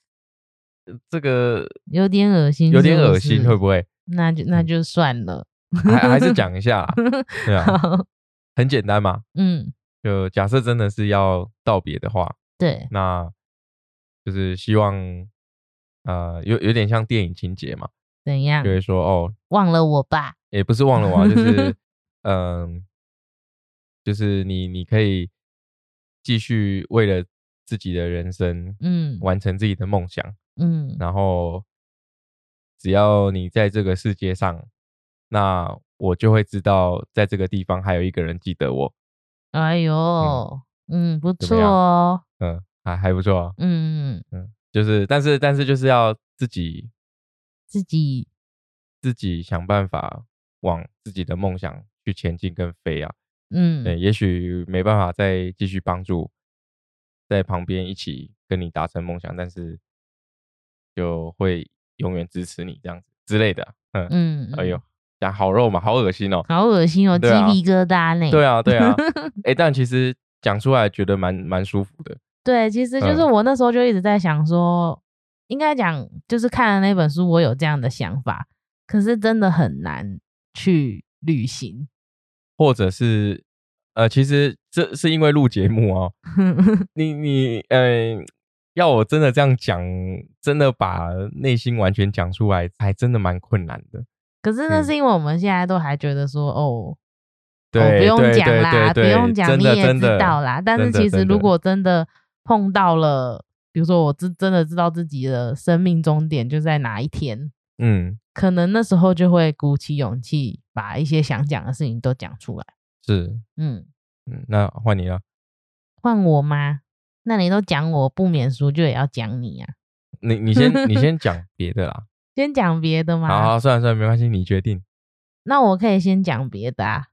Speaker 1: 呃这个
Speaker 2: 有点恶心，
Speaker 1: 有点恶心，会
Speaker 2: 不
Speaker 1: 不 嗯会？
Speaker 2: 是？那就那就算了。
Speaker 1: 还还是讲一下 啦，对啊，
Speaker 2: 好
Speaker 1: 很简单嘛，
Speaker 2: 嗯，
Speaker 1: 就假设真的是要道别的话，
Speaker 2: 对，
Speaker 1: 那就是希望呃，有有点像电影情节嘛，
Speaker 2: 怎样
Speaker 1: 就？会说哦，
Speaker 2: 忘了我吧。
Speaker 1: 也不是忘了我、啊，就是嗯、就是你你可以继续为了自己的人生
Speaker 2: 嗯
Speaker 1: 完成自己的梦想，
Speaker 2: 嗯
Speaker 1: 然后只要你在这个世界上，那我就会知道在这个地方还有一个人记得我，
Speaker 2: 哎呦，嗯，不
Speaker 1: 怎么
Speaker 2: 错
Speaker 1: 样
Speaker 2: 哦，
Speaker 1: 嗯，还还不错啊，
Speaker 2: 嗯，
Speaker 1: 就是但是但是就是要自己
Speaker 2: 自己
Speaker 1: 自己想办法往自己的梦想去前进跟飞啊。对，
Speaker 2: 嗯
Speaker 1: 也许没办法再继续帮助，在旁边一起跟你达成梦想，但是就会永远支持你这样子之类的。嗯，
Speaker 2: 嗯，
Speaker 1: 哎
Speaker 2: 嗯
Speaker 1: 呦，，讲好肉嘛，好恶心哦。
Speaker 2: 好恶心哦，鸡
Speaker 1: 对啊
Speaker 2: 皮疙瘩呢。
Speaker 1: 对啊，对 啊，哎、但其实讲出来觉得蛮蛮舒服的。
Speaker 2: 对，其实就是
Speaker 1: 嗯
Speaker 2: 我那时候就一直在想说，应该讲就是看了那本书，我有这样的想法，可是真的很难去履行。
Speaker 1: 或者是呃，其实这是因为录节目哦。你你呃，要我真的这样讲，真的把内心完全讲出来，还真的蛮困难的。
Speaker 2: 可是那
Speaker 1: 嗯
Speaker 2: 是因为我们现在都还觉得说，哦，
Speaker 1: 对，
Speaker 2: 哦、不用
Speaker 1: 对
Speaker 2: 讲
Speaker 1: 对
Speaker 2: 啦，
Speaker 1: 对
Speaker 2: 不
Speaker 1: 对
Speaker 2: 用讲，
Speaker 1: 真
Speaker 2: 你
Speaker 1: 的
Speaker 2: 也
Speaker 1: 真
Speaker 2: 知
Speaker 1: 的
Speaker 2: 道啦。但是
Speaker 1: 真的
Speaker 2: 其实
Speaker 1: 真
Speaker 2: 如
Speaker 1: 的
Speaker 2: 果真的碰到了，比如说我真真的知道自己的生命终点就在哪一天，
Speaker 1: 嗯，
Speaker 2: 可能那时候就会鼓起勇气把一些想讲的事情都讲出来。
Speaker 1: 是，
Speaker 2: 嗯，
Speaker 1: 嗯，那换你了。
Speaker 2: 换我吗？那你都讲我不免俗，就也要讲你啊。
Speaker 1: 你你先你先讲别的 啦。
Speaker 2: 先讲别的嘛。
Speaker 1: 好好，算了算了，没关系，你决定。
Speaker 2: 那我可以先讲别的啊。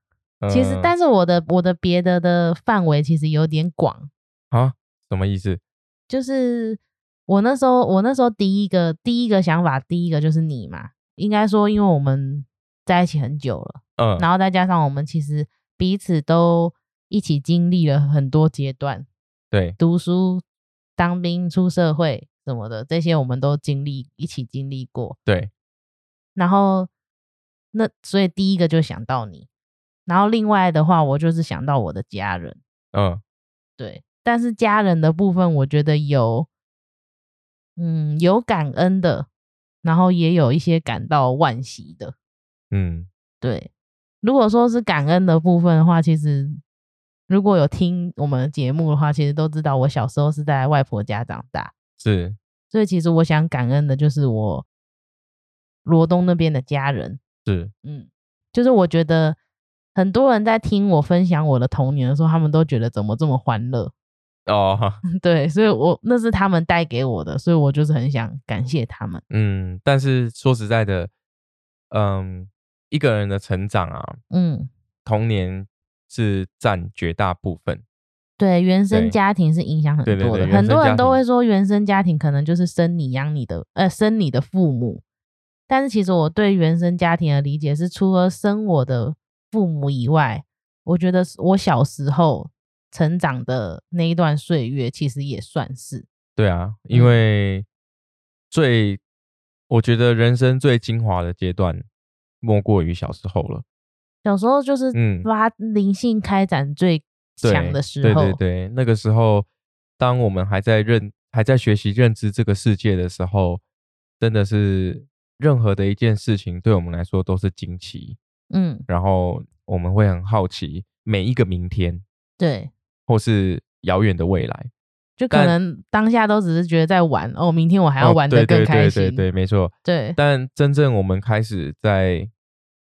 Speaker 2: 其实
Speaker 1: 呃，
Speaker 2: 但是我的我的别的的范围其实有点广，
Speaker 1: 啊，什么意思？
Speaker 2: 就是我那时候我那时候第一个第一个想法，第一个就是你嘛。应该说，因为我们在一起很久了，
Speaker 1: 嗯，
Speaker 2: 然后再加上我们其实彼此都一起经历了很多阶段，
Speaker 1: 对，
Speaker 2: 读书、当兵、出社会什么的，这些我们都经历，一起经历过。
Speaker 1: 对，
Speaker 2: 然后那所以第一个就想到你，然后另外的话，我就是想到我的家人，
Speaker 1: 嗯，
Speaker 2: 对。但是家人的部分，我觉得有，嗯，有感恩的，然后也有一些感到惋惜的，
Speaker 1: 嗯，
Speaker 2: 对，如果说是感恩的部分的话，其实如果有听我们的节目的话，其实都知道我小时候是在外婆家长大，
Speaker 1: 是，
Speaker 2: 所以其实我想感恩的就是我罗东那边的家人。
Speaker 1: 是，
Speaker 2: 嗯，就是我觉得很多人在听我分享我的童年的时候，他们都觉得怎么这么欢乐，
Speaker 1: 哦，
Speaker 2: 对，所以我那是他们带给我的，所以我就是很想感谢他们。
Speaker 1: 嗯，但是说实在的，嗯，一个人的成长啊，
Speaker 2: 嗯，
Speaker 1: 童年是占绝大部分。
Speaker 2: 对，原
Speaker 1: 对
Speaker 2: 生家庭是影响很
Speaker 1: 对
Speaker 2: 多
Speaker 1: 对
Speaker 2: 的，
Speaker 1: 对原
Speaker 2: 很多
Speaker 1: 生家
Speaker 2: 人都
Speaker 1: 庭
Speaker 2: 会说原生家庭可能就是生你养你的，呃，生你的父母。但是其实我对原生家庭的理解是，除了生我的父母以外，我觉得我小时候成长的那一段岁月，其实也算是。
Speaker 1: 对啊，因
Speaker 2: 嗯
Speaker 1: 为最、我觉得人生最精华的阶段，莫过于小时候了。
Speaker 2: 小时候就是
Speaker 1: 嗯
Speaker 2: 发灵性开展最
Speaker 1: 对
Speaker 2: 强的时候，
Speaker 1: 对对对，那个时候，当我们还在认还在学习认知这个世界的时候，真的是任何的一件事情对我们来说都是惊奇，
Speaker 2: 嗯，
Speaker 1: 然后我们会很好奇每一个明天
Speaker 2: 对，
Speaker 1: 或是遥远的未来，
Speaker 2: 就可
Speaker 1: 但
Speaker 2: 能当下都只是觉得在玩哦，明天我还
Speaker 1: 还
Speaker 2: 要玩的更开
Speaker 1: 对对
Speaker 2: 心，
Speaker 1: 对对，没错。
Speaker 2: 对
Speaker 1: 但真正我们开始在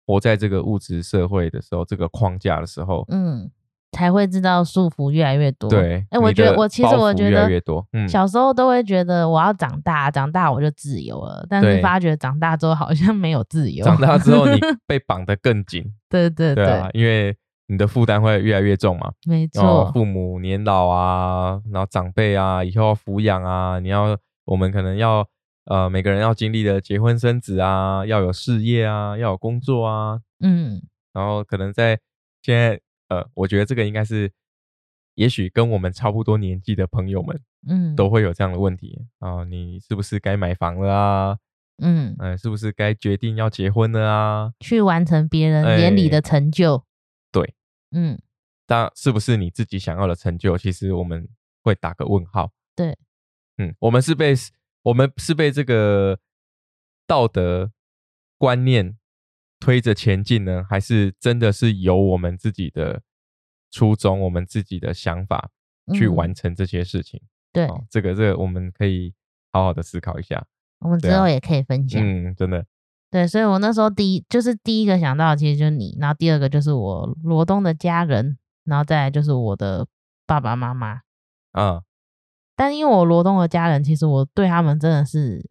Speaker 1: 活在这个物质社会的时候，这个框架的时候，
Speaker 2: 嗯，才会知道束缚越来越多。
Speaker 1: 对，
Speaker 2: 哎、我
Speaker 1: 你
Speaker 2: 觉得
Speaker 1: 的
Speaker 2: 我其
Speaker 1: 包
Speaker 2: 实我
Speaker 1: 袱
Speaker 2: 觉
Speaker 1: 越来
Speaker 2: 得
Speaker 1: 越多，嗯，
Speaker 2: 小时候都会觉得我要长大，长大我就自由了，但
Speaker 1: 对
Speaker 2: 是发觉长大之后好像没有自由。
Speaker 1: 长大之后 你被绑得更紧，
Speaker 2: 对对对，
Speaker 1: 对啊，因为你的负担会越来越重嘛，
Speaker 2: 没
Speaker 1: 然后
Speaker 2: 错，
Speaker 1: 父母年老啊，然后长辈啊，以后要抚养啊，你要我们可能要呃每个人要经历的结婚生子啊，要有事业啊，要有工作啊，
Speaker 2: 嗯，
Speaker 1: 然后可能在现在呃，我觉得这个应该是，也许跟我们差不多年纪的朋友们
Speaker 2: 嗯，
Speaker 1: 都会有这样的问题啊、你是不是该买房了啊？
Speaker 2: 嗯，
Speaker 1: 嗯、是不是该决定要结婚了啊？
Speaker 2: 去完成别人眼里的成就。
Speaker 1: 哎对，
Speaker 2: 嗯，
Speaker 1: 那是不是你自己想要的成就？其实我们会打个问号。
Speaker 2: 对，
Speaker 1: 嗯，我们是被我们是被这个道德观念推着前进呢，还是真的是由我们自己的初衷、我们自己的想法去
Speaker 2: 嗯
Speaker 1: 完成这些事情？
Speaker 2: 对，
Speaker 1: 哦，这个这个我们可以好好的思考一下。
Speaker 2: 我们
Speaker 1: 对
Speaker 2: 之
Speaker 1: 啊
Speaker 2: 后也可以分享。
Speaker 1: 嗯，真的，
Speaker 2: 对，所以我那时候第一就是第一个想到的其实就是你，然后第二个就是我罗东的家人，然后再来就是我的爸爸妈妈。
Speaker 1: 啊，
Speaker 2: 但因为我罗东的家人，其实我对他们真的是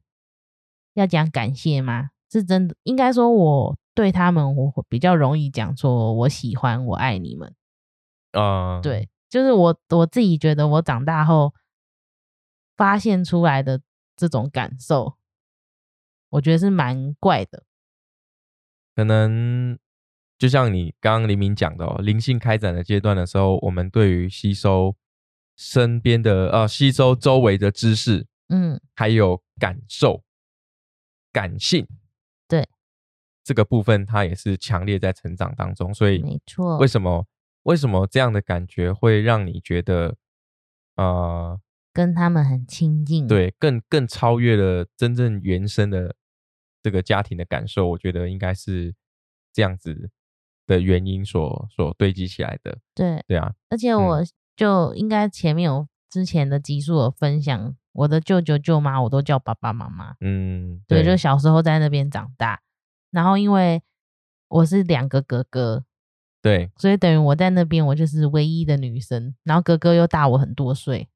Speaker 2: 要讲感谢吗？是真的，应该说我对他们，我会比较容易讲说我喜欢，我爱你们。
Speaker 1: 啊，
Speaker 2: 对，就是我我自己觉得我长大后发现出来的这种感受，我觉得是蛮怪的。
Speaker 1: 可能就像你刚刚黎明讲的、哦，灵性开展的阶段的时候，我们对于吸收身边的呃，吸收周围的知识，
Speaker 2: 嗯，
Speaker 1: 还有感受、感性，
Speaker 2: 对
Speaker 1: 这个部分，它也是强烈在成长当中。所以，
Speaker 2: 没错
Speaker 1: 为，什么为什么这样的感觉会让你觉得呃，
Speaker 2: 跟他们很亲近。，
Speaker 1: 对，更更超越了真正原生的这个家庭的感受，我觉得应该是这样子的原因所所堆积起来的。
Speaker 2: 对，
Speaker 1: 对啊，
Speaker 2: 而且我就应该前面有之前的集数有分享，我的舅舅舅妈我都叫爸爸妈妈，
Speaker 1: 嗯，
Speaker 2: 对，就小时候在那边长大，然后因为我是两个哥哥，
Speaker 1: 对
Speaker 2: 所以等于我在那边我就是唯一的女生，然后哥哥又大我很多岁，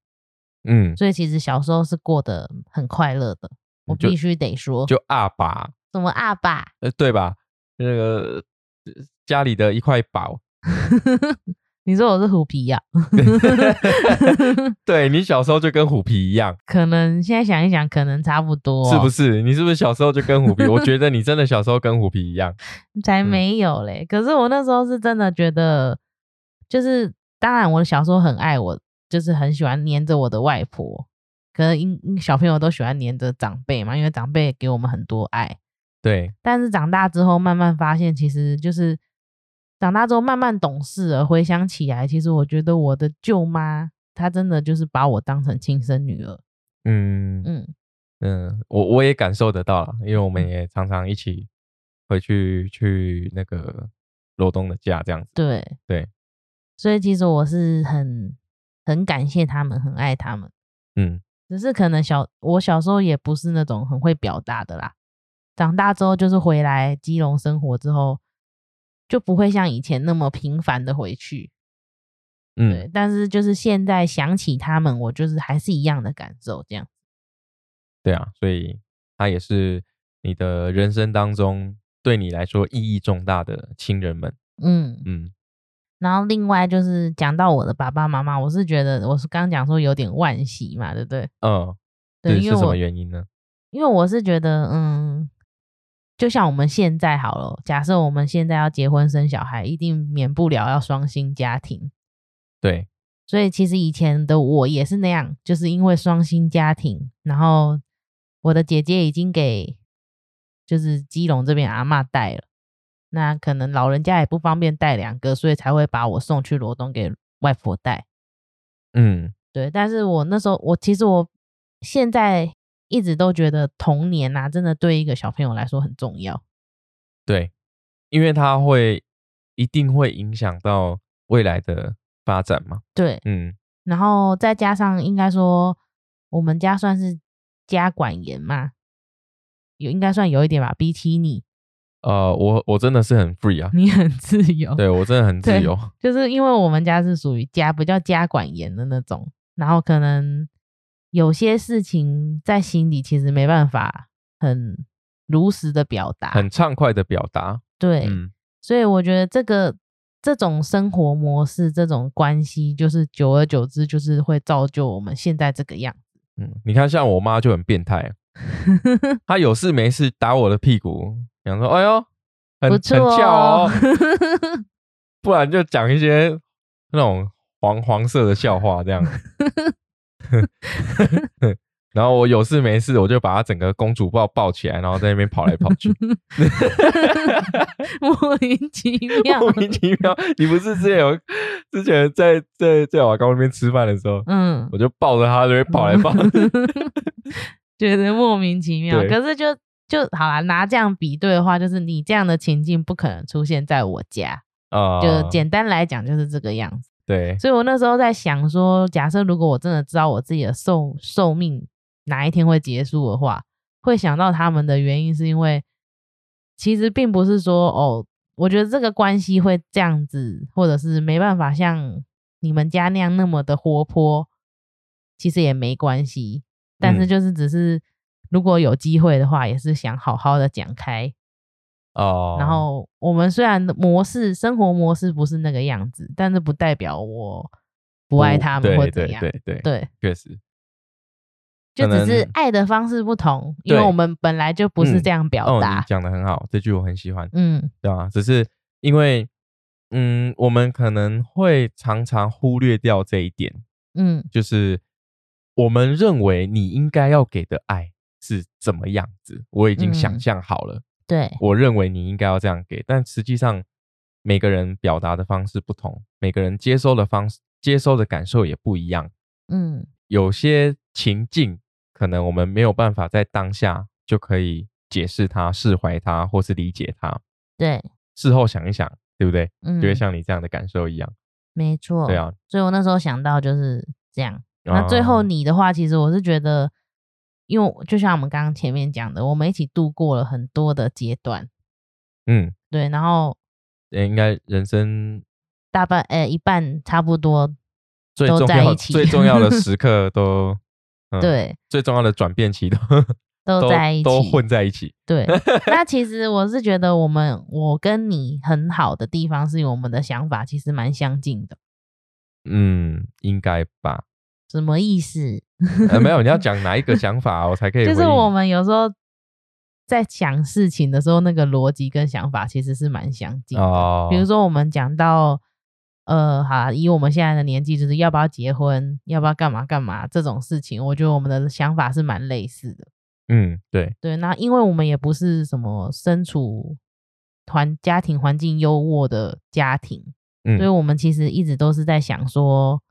Speaker 1: 嗯，
Speaker 2: 所以其实小时候是过得很快乐的。我
Speaker 1: 就
Speaker 2: 必须得说，
Speaker 1: 就阿爸，
Speaker 2: 什么阿爸，
Speaker 1: 呃，对吧？那个呃家里的一块 宝，
Speaker 2: 你说我是虎皮啊呀、
Speaker 1: 对你小时候就跟虎皮一样，
Speaker 2: 可能现在想一想，可能差不多、哦
Speaker 1: 是不
Speaker 2: 是？
Speaker 1: 是？你是不是小时候就跟虎皮？我觉得你真的小时候跟虎皮一样，
Speaker 2: 才
Speaker 1: 嗯
Speaker 2: 没有嘞。可是我那时候是真的觉得，就是当然我小时候很爱我，就是很喜欢黏着我的外婆。可能因因小朋友都喜欢黏着长辈嘛，因为长辈给我们很多爱。
Speaker 1: 对，
Speaker 2: 但是长大之后慢慢发现，其实就是长大之后慢慢懂事了。回想起来，其实我觉得我的舅妈她真的就是把我当成亲生女儿。
Speaker 1: 嗯
Speaker 2: 嗯，
Speaker 1: 嗯，我我也感受得到了，因为我们也常常一起回去去那个罗东的家这样子。
Speaker 2: 对
Speaker 1: 对，
Speaker 2: 所以其实我是很很感谢他们，很爱他们。
Speaker 1: 嗯，
Speaker 2: 只是可能小我小时候也不是那种很会表达的啦。长大之后就是回来基隆生活之后，就不会像以前那么频繁的回去。
Speaker 1: 嗯，
Speaker 2: 对，但是就是现在想起他们，我就是还是一样的感受，这样
Speaker 1: 对啊，所以他也是你的人生当中对你来说意义重大的亲人们。
Speaker 2: 嗯。
Speaker 1: 嗯
Speaker 2: 然后另外就是讲到我的爸爸妈妈，我是觉得我是刚讲说有点惋惜嘛，对不对？
Speaker 1: 嗯，这
Speaker 2: 对，
Speaker 1: 是
Speaker 2: 因
Speaker 1: 什
Speaker 2: 为
Speaker 1: 么
Speaker 2: 我
Speaker 1: 原因呢？
Speaker 2: 因为我是觉得，嗯，就像我们现在好了，假设我们现在要结婚生小孩，一定免不了要双薪家庭。
Speaker 1: 对，
Speaker 2: 所以其实以前的我也是那样，就是因为双薪家庭，然后我的姐姐已经给就是基隆这边阿嬷带了，那可能老人家也不方便带两个，所以才会把我送去罗东给外婆带。
Speaker 1: 嗯
Speaker 2: 对，但是我那时候我其实我现在一直都觉得童年啊，真的对一个小朋友来说很重要。
Speaker 1: 对，因为他会一定会影响到未来的发展嘛。
Speaker 2: 对，
Speaker 1: 嗯
Speaker 2: 然后再加上应该说我们家算是家管严嘛，有应该算有一点吧，比起你，
Speaker 1: 呃，我我真的是很 free 啊，
Speaker 2: 你很自由，
Speaker 1: 对我真的很自
Speaker 2: 嗯对
Speaker 1: 由。
Speaker 2: 就是因为我们家是属于家不叫家管严的那种，然后可能有些事情在心里其实没办法很如实的表达，
Speaker 1: 很畅快的表达，
Speaker 2: 对，
Speaker 1: 嗯
Speaker 2: 所以我觉得这个这种生活模式、这种关系，就是久而久之，就是会造就我们现在这个样子。
Speaker 1: 嗯，你看像我妈就很变态，啊她有事没事打我的屁股，想说哎呦，很
Speaker 2: 不
Speaker 1: 很
Speaker 2: 错
Speaker 1: 翘哦
Speaker 2: 哦，
Speaker 1: 不然就讲一些那种黄黄色的笑话 这样。然后我有事没事，我就把她整个公主抱抱起来，然后在那边跑来跑去，
Speaker 2: 莫名其 妙。
Speaker 1: 莫名其妙。你不是之前有之前在在在瓦岗那边吃饭的时候，
Speaker 2: 嗯，
Speaker 1: 我就抱着她在那边 跑来跑去，
Speaker 2: 觉得莫名其妙。
Speaker 1: 对
Speaker 2: 可是就就好啦，拿这样比对的话，就是你这样的情境不可能出现在我家。
Speaker 1: 啊，
Speaker 2: 就简单来讲，就是这个样子。
Speaker 1: 对，
Speaker 2: 所以我那时候在想说，假设如果我真的知道我自己的寿寿命哪一天会结束的话，会想到他们的原因是因为，其实并不是说哦，我觉得这个关系会这样子，或者是没办法像你们家那样那么的活泼，其实也没关系，但
Speaker 1: 嗯
Speaker 2: 是就是只是如果有机会的话，也是想好好的讲开，
Speaker 1: 哦，
Speaker 2: 然后我们虽然模式生活模式不是那个样子，但是不代表我不爱他们
Speaker 1: 哦对
Speaker 2: 或
Speaker 1: 对
Speaker 2: 怎样。
Speaker 1: 对对
Speaker 2: 对
Speaker 1: 确实，
Speaker 2: 就
Speaker 1: 可
Speaker 2: 只是
Speaker 1: 能
Speaker 2: 爱的方式不同，因为
Speaker 1: 对
Speaker 2: 我们本来就不是这样表
Speaker 1: 哦，你
Speaker 2: 达。
Speaker 1: 讲的很好，这句我很喜欢，
Speaker 2: 嗯
Speaker 1: 对啊，只是因为，嗯，我们可能会常常忽略掉这一点，
Speaker 2: 嗯
Speaker 1: 就是我们认为你应该要给的爱是怎么样子，我已经想
Speaker 2: 嗯
Speaker 1: 象好了，
Speaker 2: 对
Speaker 1: 我认为你应该要这样给，但实际上每个人表达的方式不同，每个人接收的方式、接收的感受也不一样，
Speaker 2: 嗯
Speaker 1: 有些情境，可能我们没有办法在当下就可以解释它、释怀它，或是理解它。
Speaker 2: 对
Speaker 1: 事后想一想，对不对？
Speaker 2: 嗯
Speaker 1: 就会像你这样的感受一样。
Speaker 2: 没错。
Speaker 1: 对，啊，
Speaker 2: 所以我那时候想到就是这样。那最后
Speaker 1: 啊
Speaker 2: 你的话，其实我是觉得，因为我就像我们刚刚前面讲的，我们一起度过了很多的阶段，
Speaker 1: 嗯，
Speaker 2: 对，然后
Speaker 1: 应该人生
Speaker 2: 大半呃一半差不多
Speaker 1: 最
Speaker 2: 都
Speaker 1: 重
Speaker 2: 在
Speaker 1: 要
Speaker 2: 一起
Speaker 1: 最重要的 时刻都，嗯，
Speaker 2: 对，
Speaker 1: 最重要的转变期都
Speaker 2: 都在一起，
Speaker 1: 都混在一起。
Speaker 2: 对，那其实我是觉得我们我跟你很好的地方是我们的想法其实蛮相近的。
Speaker 1: 嗯，应该吧？
Speaker 2: 什么意思？
Speaker 1: 呃，没有，你要讲哪一个想法，我才可以回应。
Speaker 2: 就是我们有时候在想事情的时候，那个逻辑跟想法其实是蛮相近的。
Speaker 1: 哦，
Speaker 2: 比如说我们讲到，呃，好啦，以我们现在的年纪，就是要不要结婚，要不要干嘛干嘛这种事情，我觉得我们的想法是蛮类似的。
Speaker 1: 嗯，对，
Speaker 2: 对，那因为我们也不是什么身处团家庭环境优渥的家庭，
Speaker 1: 嗯
Speaker 2: 所以我们其实一直都是在想说，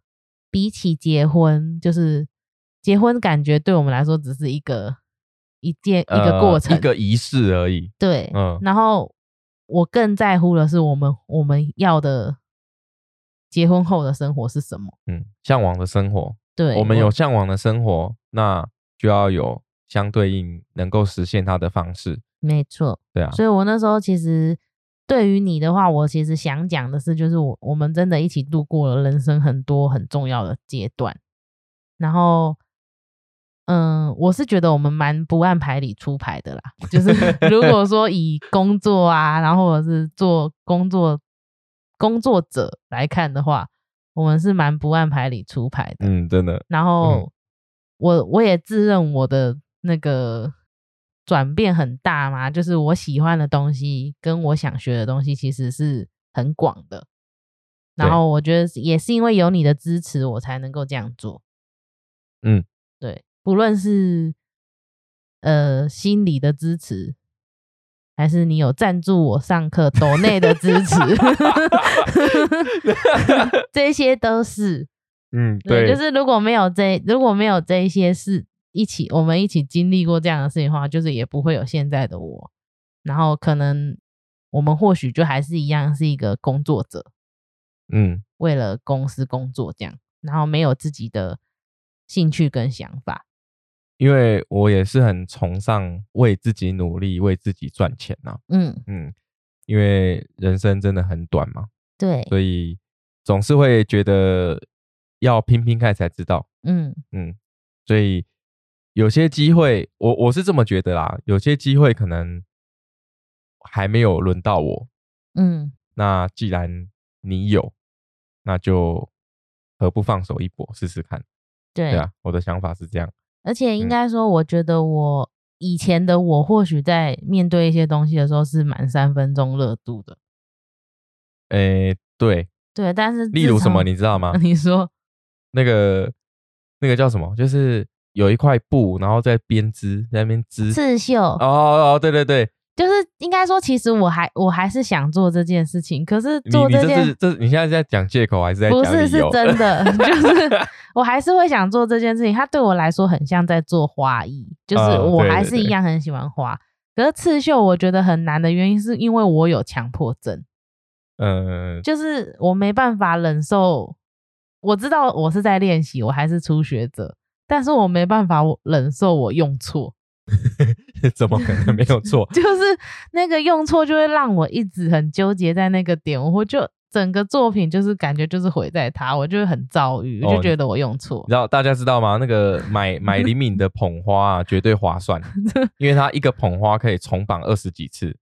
Speaker 2: 比起结婚，就是结婚感觉对我们来说只是一个一件、一个
Speaker 1: 呃
Speaker 2: 过程，
Speaker 1: 一个仪式而已。
Speaker 2: 对，
Speaker 1: 嗯
Speaker 2: 然后我更在乎的是我们我们要的结婚后的生活是什么。
Speaker 1: 嗯，向往的生活，
Speaker 2: 对，
Speaker 1: 我们有向往的生活，那就要有相对应能够实现它的方式。
Speaker 2: 没错，
Speaker 1: 对啊，
Speaker 2: 所以我那时候其实对于你的话，我其实想讲的是，就是我我们真的一起度过了人生很多很重要的阶段，然后。嗯，我是觉得我们蛮不按牌理出牌的啦。就是 如果说以工作啊，然后或者是做工作工作者来看的话，我们是蛮不按牌理出牌的。
Speaker 1: 嗯，真的，
Speaker 2: 然后我我也自认我的那个转变很大嘛，就是我喜欢的东西跟我想学的东西其实是很广的。然
Speaker 1: 对
Speaker 2: 后我觉得也是因为有你的支持，我才能够这样做。
Speaker 1: 嗯，
Speaker 2: 对，不论是呃心理的支持，还是你有赞助我上课抖内的支 持， 这些都是。
Speaker 1: 嗯，
Speaker 2: 对，
Speaker 1: 对，
Speaker 2: 就是如果没有这如果没有这一些事一起，我们一起经历过这样的事情的话，就是也不会有现在的我。然后可能我们或许就还是一样是一个工作者，
Speaker 1: 嗯，
Speaker 2: 为了公司工作这样，然后没有自己的兴趣跟想法。
Speaker 1: 因为我也是很崇尚为自己努力、为自己赚钱呐、
Speaker 2: 嗯，
Speaker 1: 嗯，因为人生真的很短嘛，
Speaker 2: 对，
Speaker 1: 所以总是会觉得要拼拼看才知道。
Speaker 2: 嗯
Speaker 1: 嗯，所以有些机会，我我是这么觉得啦，有些机会可能还没有轮到我。
Speaker 2: 嗯，
Speaker 1: 那既然你有，那就何不放手一搏试试看？
Speaker 2: 对
Speaker 1: 对啊，我的想法是这样。
Speaker 2: 而且应
Speaker 1: 嗯
Speaker 2: 该说，我觉得我以前的我，或许在面对一些东西的时候是满三分钟热度的，
Speaker 1: 诶，对，
Speaker 2: 对。但是
Speaker 1: 例
Speaker 2: 自
Speaker 1: 如什么
Speaker 2: 从
Speaker 1: 你知道吗
Speaker 2: ？你说，
Speaker 1: 那个那个叫什么？就是有一块布，然后在编织，在那边织。
Speaker 2: 刺绣
Speaker 1: 哦哦，哦对对对，
Speaker 2: 就是应该说，其实我还我还是想做这件事情，可是
Speaker 1: 你
Speaker 2: 做
Speaker 1: 你这
Speaker 2: 件
Speaker 1: 是这是你现在是在讲借口还是在讲
Speaker 2: 不
Speaker 1: 理由？
Speaker 2: 是是真 的，就是我还是会想做这件事情。它对我来说很像在做花艺，就是
Speaker 1: 啊
Speaker 2: 我
Speaker 1: 对
Speaker 2: 还
Speaker 1: 对
Speaker 2: 是一
Speaker 1: 对
Speaker 2: 样很喜欢花。可是刺绣我觉得很难的原因，是因为我有强迫症，
Speaker 1: 嗯
Speaker 2: 就是我没办法忍受。我知道我是在练习，我还是初学者，但是我没办法我忍受我用错，
Speaker 1: 怎么可能 没有错？
Speaker 2: 就是那个用错就会让我一直很纠结在那个点，我会就整个作品就是感觉就是毁在它，我就会很遭遇，我
Speaker 1: 哦
Speaker 2: 就觉得我用 错
Speaker 1: 你。知道大家知道吗？那个买买李敏的捧花啊，绝对划 算，因为他一个捧花可以重绑二十几次。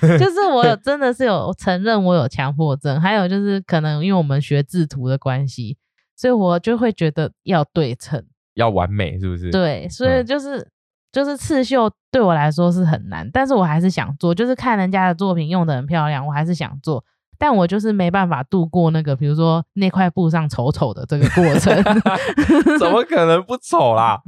Speaker 2: 就是我有真的是有承认我有强迫症，还有就是可能因为我们学制图的关系，所以我就会觉得要对称。
Speaker 1: 要完美是不是？，
Speaker 2: 对，所以
Speaker 1: 嗯
Speaker 2: 就是、就是刺绣对我来说是很难，但是我还是想做，就是看人家的作品用的很漂亮，我还是想做。但我就是没办法度过那个，比如说那块布上丑丑的这个过程，
Speaker 1: 怎么可能不丑啦？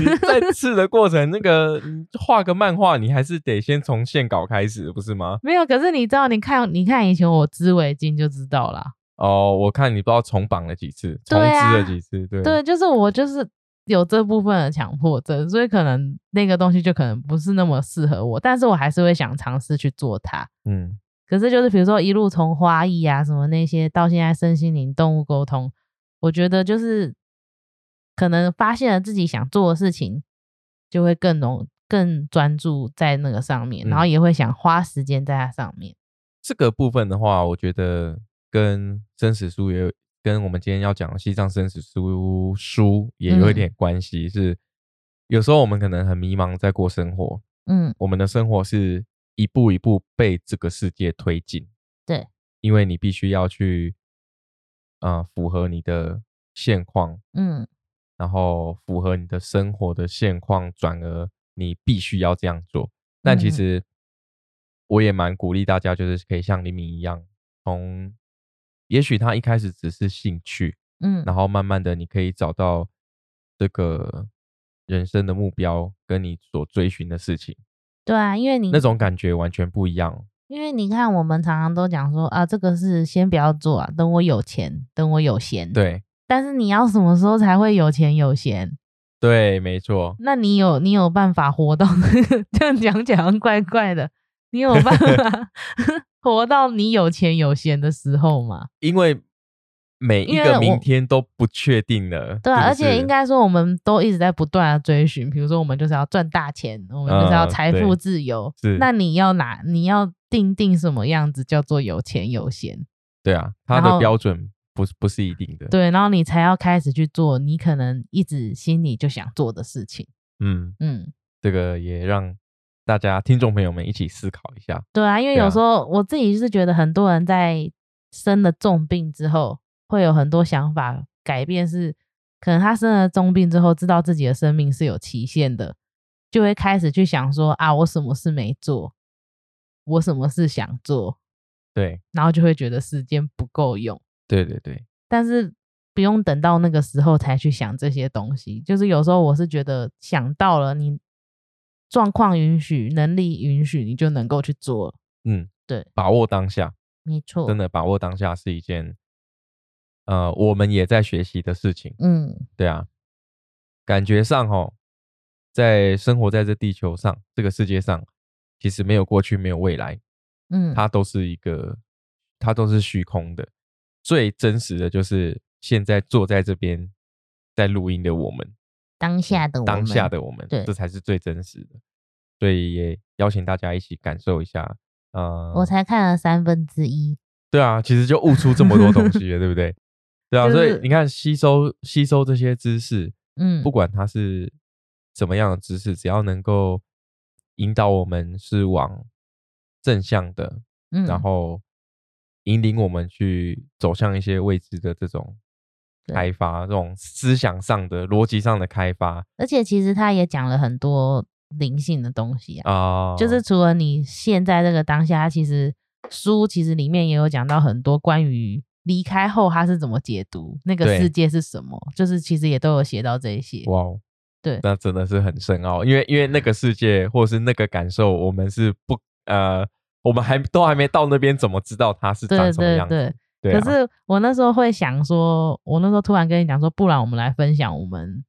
Speaker 1: 你在刺的过程，那个你画个漫画，你还是得先从线稿开始，不是吗？
Speaker 2: 没有。可是你知道，你看，你看以前我织围巾就知道啦。
Speaker 1: 哦，我看你不知道重绑了几次，重
Speaker 2: 对
Speaker 1: 织
Speaker 2: 啊
Speaker 1: 了几次，对，
Speaker 2: 对，就是我就是有这部分的强迫症，所以可能那个东西就可能不是那么适合我，但是我还是会想尝试去做它。
Speaker 1: 嗯，
Speaker 2: 可是就是比如说一路从花艺啊什么那些到现在身心灵、动物沟通，我觉得就是可能发现了自己想做的事情，就会更容更专注在那个上面，
Speaker 1: 嗯
Speaker 2: 然后也会想花时间在它上面。
Speaker 1: 这个部分的话，我觉得跟真实书也有跟我们今天要讲的西藏生死书书也
Speaker 2: 嗯
Speaker 1: 有一点关系，是有时候我们可能很迷茫，在过生活，
Speaker 2: 嗯，
Speaker 1: 我们的生活是一步一步被这个世界推进。
Speaker 2: 对，
Speaker 1: 因为你必须要去，呃，符合你的现况，
Speaker 2: 嗯，
Speaker 1: 然后符合你的生活的现况，转而你必须要这样做。但其
Speaker 2: 嗯
Speaker 1: 实我也蛮鼓励大家，就是可以像黎明一样，从也许他一开始只是兴趣，
Speaker 2: 嗯，
Speaker 1: 然后慢慢的你可以找到这个人生的目标，跟你所追寻的事情，
Speaker 2: 对啊，因为你
Speaker 1: 那种感觉完全不一样。
Speaker 2: 因为你看，我们常常都讲说啊，这个事先不要做啊，等我有钱，等我有闲。，
Speaker 1: 对
Speaker 2: 但是你要什么时候才会有钱有闲？
Speaker 1: 对，没错，
Speaker 2: 那你有你有办法活到 这样讲起来好像怪怪的，你有办法 活到你有钱有闲的时候吗？
Speaker 1: 因为每一
Speaker 2: 因为
Speaker 1: 个
Speaker 2: 我
Speaker 1: 明天都不确定了。
Speaker 2: 对
Speaker 1: 是不
Speaker 2: 啊，而且
Speaker 1: 是
Speaker 2: 应该说我们都一直在不断的追寻，比如说我们就是要赚大钱，我们就是要
Speaker 1: 嗯
Speaker 2: 财
Speaker 1: 对
Speaker 2: 富自由。
Speaker 1: 是
Speaker 2: 那你要哪？你要定定什么样子叫做有钱有闲？
Speaker 1: 对啊，他
Speaker 2: 然
Speaker 1: 的
Speaker 2: 后
Speaker 1: 标准不是不是一定的。，
Speaker 2: 对，然后你才要开始去做你可能一直心里就想做的事情。
Speaker 1: 嗯，
Speaker 2: 嗯，
Speaker 1: 这个也让大家听众朋友们一起思考一下。
Speaker 2: 对啊，因为
Speaker 1: 对啊
Speaker 2: 有时候我自己是觉得很多人在生了重病之后，会有很多想法改变是，可能他生了重病之后，知道自己的生命是有期限的，就会开始去想说啊，我什么事没做，我什么事想做，
Speaker 1: 对，
Speaker 2: 然后就会觉得时间不够用。
Speaker 1: 对对对，
Speaker 2: 但是不用等到那个时候才去想这些东西。就是有时候我是觉得想到了，你状况允许、能力允许，你就能够去做了。
Speaker 1: 嗯，
Speaker 2: 对，
Speaker 1: 把握当下，
Speaker 2: 没错，
Speaker 1: 真的把握当下是一件，呃，我们也在学习的事情。
Speaker 2: 嗯，
Speaker 1: 对啊，感觉上哦，在生活在这地球上，这个世界上，其实没有过去，没有未来，
Speaker 2: 嗯嗯，
Speaker 1: 它都是一个，它都是虚空的。最真实的就是现在坐在这边在录音的我们，
Speaker 2: 当下的我
Speaker 1: 当
Speaker 2: 们
Speaker 1: 下，的我们，
Speaker 2: 对
Speaker 1: 这才是最真实的。所以也邀请大家一起感受一下，呃，
Speaker 2: 我才看了三分之一。
Speaker 1: 对啊，其实就悟出这么多东西了，对不对？对啊，
Speaker 2: 就
Speaker 1: 所
Speaker 2: 是
Speaker 1: 以你看，吸收吸收这些知识，
Speaker 2: 嗯
Speaker 1: 不，管它是什么样的知识，只要能够引导我们是往正向的，
Speaker 2: 嗯，
Speaker 1: 然后引领我们去走向一些未知的这种
Speaker 2: 对
Speaker 1: 开发，这种思想上的、逻辑上的开发
Speaker 2: 而且其实他也讲了很多灵性的东西啊，
Speaker 1: 啊、
Speaker 2: 就是除了你现在这个当下，它其实书其实里面也有讲到很多关于离开后他是怎么解读那个
Speaker 1: 对
Speaker 2: 世界是什么，就是其实也都有写到这一些。
Speaker 1: 哇哦，
Speaker 2: 对
Speaker 1: 那真的是很深奥，因为因为那个世界或是那个感受，我们是不呃，我们还都还没到那边，怎么知道它是
Speaker 2: 对
Speaker 1: 长什么
Speaker 2: 对
Speaker 1: 样子？
Speaker 2: 对，
Speaker 1: 对
Speaker 2: 可
Speaker 1: 啊，
Speaker 2: 是我那时候会想说，我那时候突然跟你讲说，不然我们来分享我们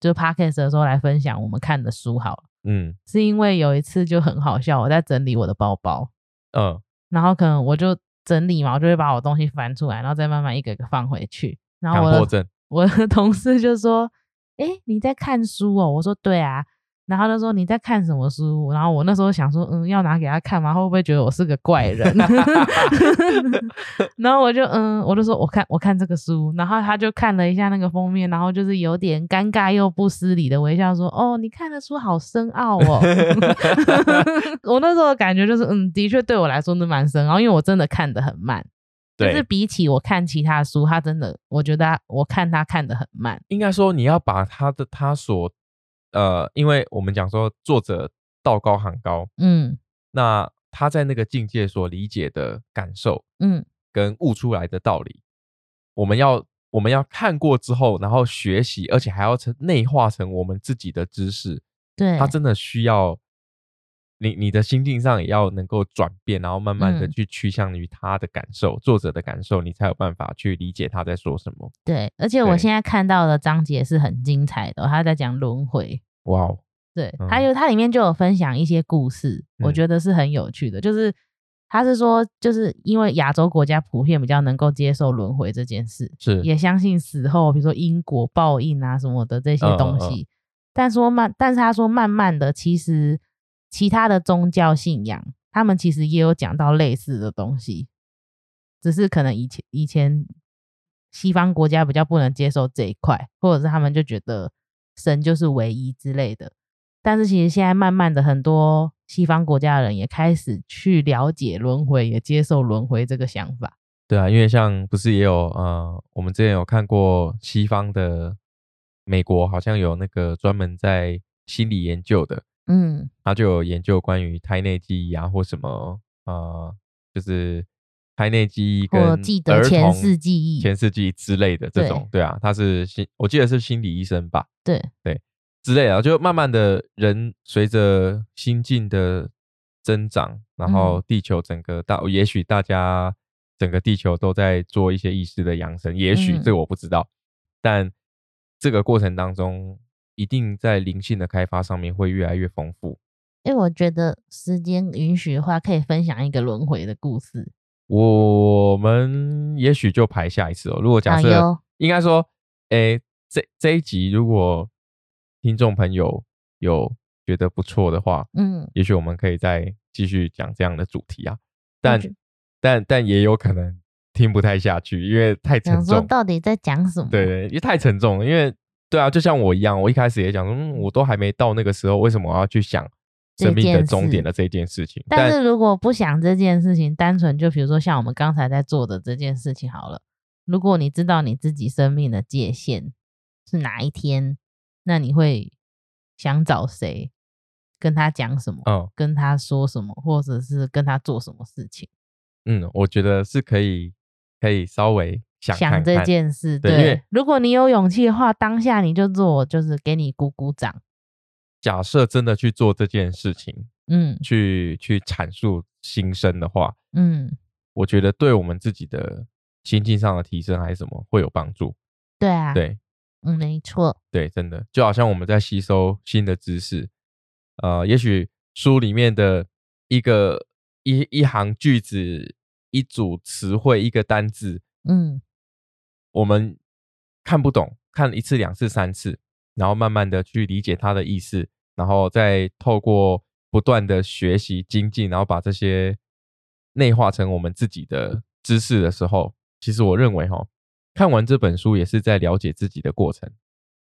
Speaker 2: 就是 podcast 的时候来分享我们看的书好了，
Speaker 1: 嗯
Speaker 2: 是因为有一次就很好笑，我在整理我的包包，
Speaker 1: 嗯、
Speaker 2: 然后可能我就整理嘛，我就会把我东西翻出来，然后再慢慢一个一个放回去，然
Speaker 1: 强
Speaker 2: 后我的
Speaker 1: 迫症，
Speaker 2: 我的 同事就说：“哎、你在看书哦？”我说：“对啊。”然后他就说：“你在看什么书？”然后我那时候想说：“嗯，要拿给他看吗？会不会觉得我是个怪人？” 然后我就嗯，我就说：“我看我看这个书。”然后他就看了一下那个封面，然后就是有点尴尬又不失礼的微笑说：“哦，你看的书好深奥哦。” 我那时候的感觉就是，嗯，的确对我来说是蛮深奥，因为我真的看得很慢。就是
Speaker 1: 对，
Speaker 2: 比起我看其他书，他真的，我觉得他我看他看的很慢。
Speaker 1: 应该说你要把他的他所呃，因为我们讲说作者道高行高，
Speaker 2: 嗯
Speaker 1: 那他在那个境界所理解的感受
Speaker 2: 嗯，
Speaker 1: 跟悟出来的道理，我们要我们要看过之后，然后学习，而且还要成内化成我们自己的知识，
Speaker 2: 对，
Speaker 1: 它真的需要你你的心境上也要能够转变，然后慢慢的
Speaker 2: 嗯
Speaker 1: 去趋向于他的感受、作者的感受，你才有办法去理解他在说什么。
Speaker 2: 对，而且
Speaker 1: 对
Speaker 2: 我现在看到的章节是很精彩的哦、他在讲轮回。
Speaker 1: 哇哦，
Speaker 2: 对，
Speaker 1: 嗯
Speaker 2: 还有它里面就有分享一些故事，我
Speaker 1: 嗯
Speaker 2: 觉得是很有趣的。就是他是说，就是因为亚洲国家普遍比较能够接受轮回这件事，
Speaker 1: 是
Speaker 2: 也相信死后，比如说因果报应啊什么的这些
Speaker 1: 嗯嗯
Speaker 2: 东
Speaker 1: 嗯
Speaker 2: 西。但说慢，但是他说慢慢的，其实其他的宗教信仰，他们其实也有讲到类似的东西，只是可能以前以前西方国家比较不能接受这一块，或者是他们就觉得神就是唯一之类的。但是其实现在慢慢的，很多西方国家的人也开始去了解轮回，也接受轮回这个想法。
Speaker 1: 对啊，因为像不是也有呃，我们之前有看过西方的美国，好像有那个专门在心理研究的，
Speaker 2: 嗯，
Speaker 1: 他就有研究关于胎内记忆啊，或什么呃，就是胎内记忆
Speaker 2: 或
Speaker 1: 跟
Speaker 2: 记得
Speaker 1: 儿
Speaker 2: 前
Speaker 1: 童
Speaker 2: 世记忆
Speaker 1: 前世记忆之类的这
Speaker 2: 对
Speaker 1: 种，对啊，他是心，我记得是心理医生吧
Speaker 2: 对，
Speaker 1: 之类的啊，就慢慢的人随着心境的增长，然后
Speaker 2: 嗯
Speaker 1: 地球整个大，也许大家整个地球都在做一些意识的养生，也许
Speaker 2: 嗯
Speaker 1: 这个我不知道，但这个过程当中。一定在灵性的开发上面会越来越丰富，
Speaker 2: 因为我觉得时间允许的话，可以分享一个轮回的故事。
Speaker 1: 我们也许就排下一次哦。如果假
Speaker 2: 好
Speaker 1: 设、
Speaker 2: 哟
Speaker 1: 应该说，诶、这这一集如果听众朋友有觉得不错的话，
Speaker 2: 嗯，
Speaker 1: 也许我们可以再继续讲这样的主题啊。
Speaker 2: 我
Speaker 1: 但
Speaker 2: 觉
Speaker 1: 但但也有可能听不太下去，因为太沉
Speaker 2: 想说
Speaker 1: 重。
Speaker 2: 到底在讲什么？
Speaker 1: 对，对，因为太沉重了，因为对啊，就像我一样，我一开始也讲说，嗯，我都还没到那个时候，为什么我要去想
Speaker 2: 这
Speaker 1: 生命的
Speaker 2: 件
Speaker 1: 终
Speaker 2: 事
Speaker 1: 点的这件事情？
Speaker 2: 但是如果不想这件事情，单纯就比如说像我们刚才在做的这件事情好了，如果你知道你自己生命的界限是哪一天，那你会想找谁，跟他讲什么，
Speaker 1: 嗯
Speaker 2: 跟他说什么，或者是跟他做什么事情，
Speaker 1: 嗯，我觉得是可以可以稍微想看看
Speaker 2: 这件事。
Speaker 1: 对
Speaker 2: 对，
Speaker 1: 因为
Speaker 2: 如果你有勇气的话，当下你就做，就是给你鼓鼓掌。
Speaker 1: 假设真的去做这件事情，
Speaker 2: 嗯
Speaker 1: 去去阐述心声的话，
Speaker 2: 嗯，
Speaker 1: 我觉得对我们自己的心境上的提升还是什么会有帮助。
Speaker 2: 对啊，，
Speaker 1: 对
Speaker 2: 嗯，没错，
Speaker 1: 对，真的就好像我们在吸收新的知识，呃，也许书里面的一个一一行句子、一组词汇、一个单字，
Speaker 2: 嗯
Speaker 1: 我们看不懂，看一次、两次、三次，然后慢慢的去理解它的意思，然后再透过不断的学习精进，然后把这些内化成我们自己的知识的时候，其实我认为哈，看完这本书也是在了解自己的过程，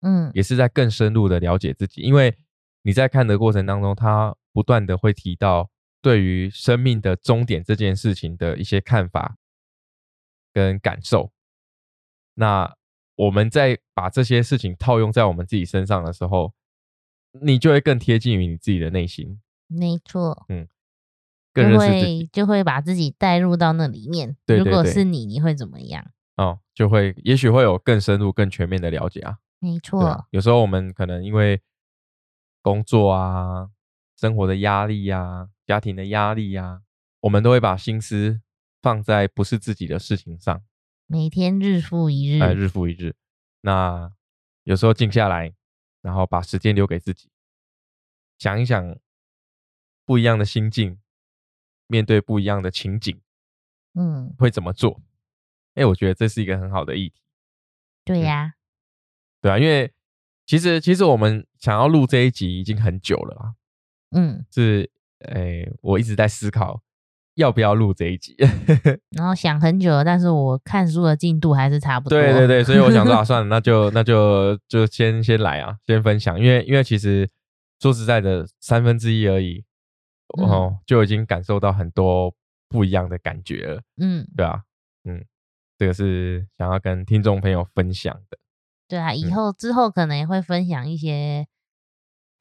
Speaker 2: 嗯，
Speaker 1: 也是在更深入的了解自己，因为你在看的过程当中，它不断的会提到对于生命的终点这件事情的一些看法跟感受。那我们在把这些事情套用在我们自己身上的时候，你就会更贴近于你自己的内心，
Speaker 2: 没错。
Speaker 1: 更
Speaker 2: 就
Speaker 1: 认识自
Speaker 2: 会
Speaker 1: 己
Speaker 2: 就会把自己带入到那里面。
Speaker 1: 对对
Speaker 2: 如果
Speaker 1: 对
Speaker 2: 是你，你会怎么样？
Speaker 1: 哦，就会也许会有更深入、更全面的了解啊。
Speaker 2: 没
Speaker 1: 对啊
Speaker 2: 错，，
Speaker 1: 有时候我们可能因为工作啊、生活的压力呀、家庭的压力呀、我们都会把心思放在不是自己的事情上，
Speaker 2: 每天日复一日，
Speaker 1: 哎、日复一日。那有时候静下来，然后把时间留给自己，想一想不一样的心境，面对不一样的情景
Speaker 2: 嗯，
Speaker 1: 会怎么做？哎，我觉得这是一个很好的议题。
Speaker 2: 对
Speaker 1: 嗯
Speaker 2: 呀、
Speaker 1: 对啊，因为其实其实我们想要录这一集已经很久了啊啦，
Speaker 2: 嗯，
Speaker 1: 是诶、哎我一直在思考要不要录这一集。
Speaker 2: 然后想很久了，但是我看书的进度还是差不多。
Speaker 1: 对对，对，所以我想 说啊，算了，那就那就就先先来啊，先分享，因为因为其实说实在的，三分之一而已，
Speaker 2: 嗯
Speaker 1: 哦，就已经感受到很多不一样的感觉了，
Speaker 2: 嗯，
Speaker 1: 对啊，嗯，这个是想要跟听众朋友分享的，
Speaker 2: 对啊，以
Speaker 1: 嗯
Speaker 2: 后之后可能也会分享一些，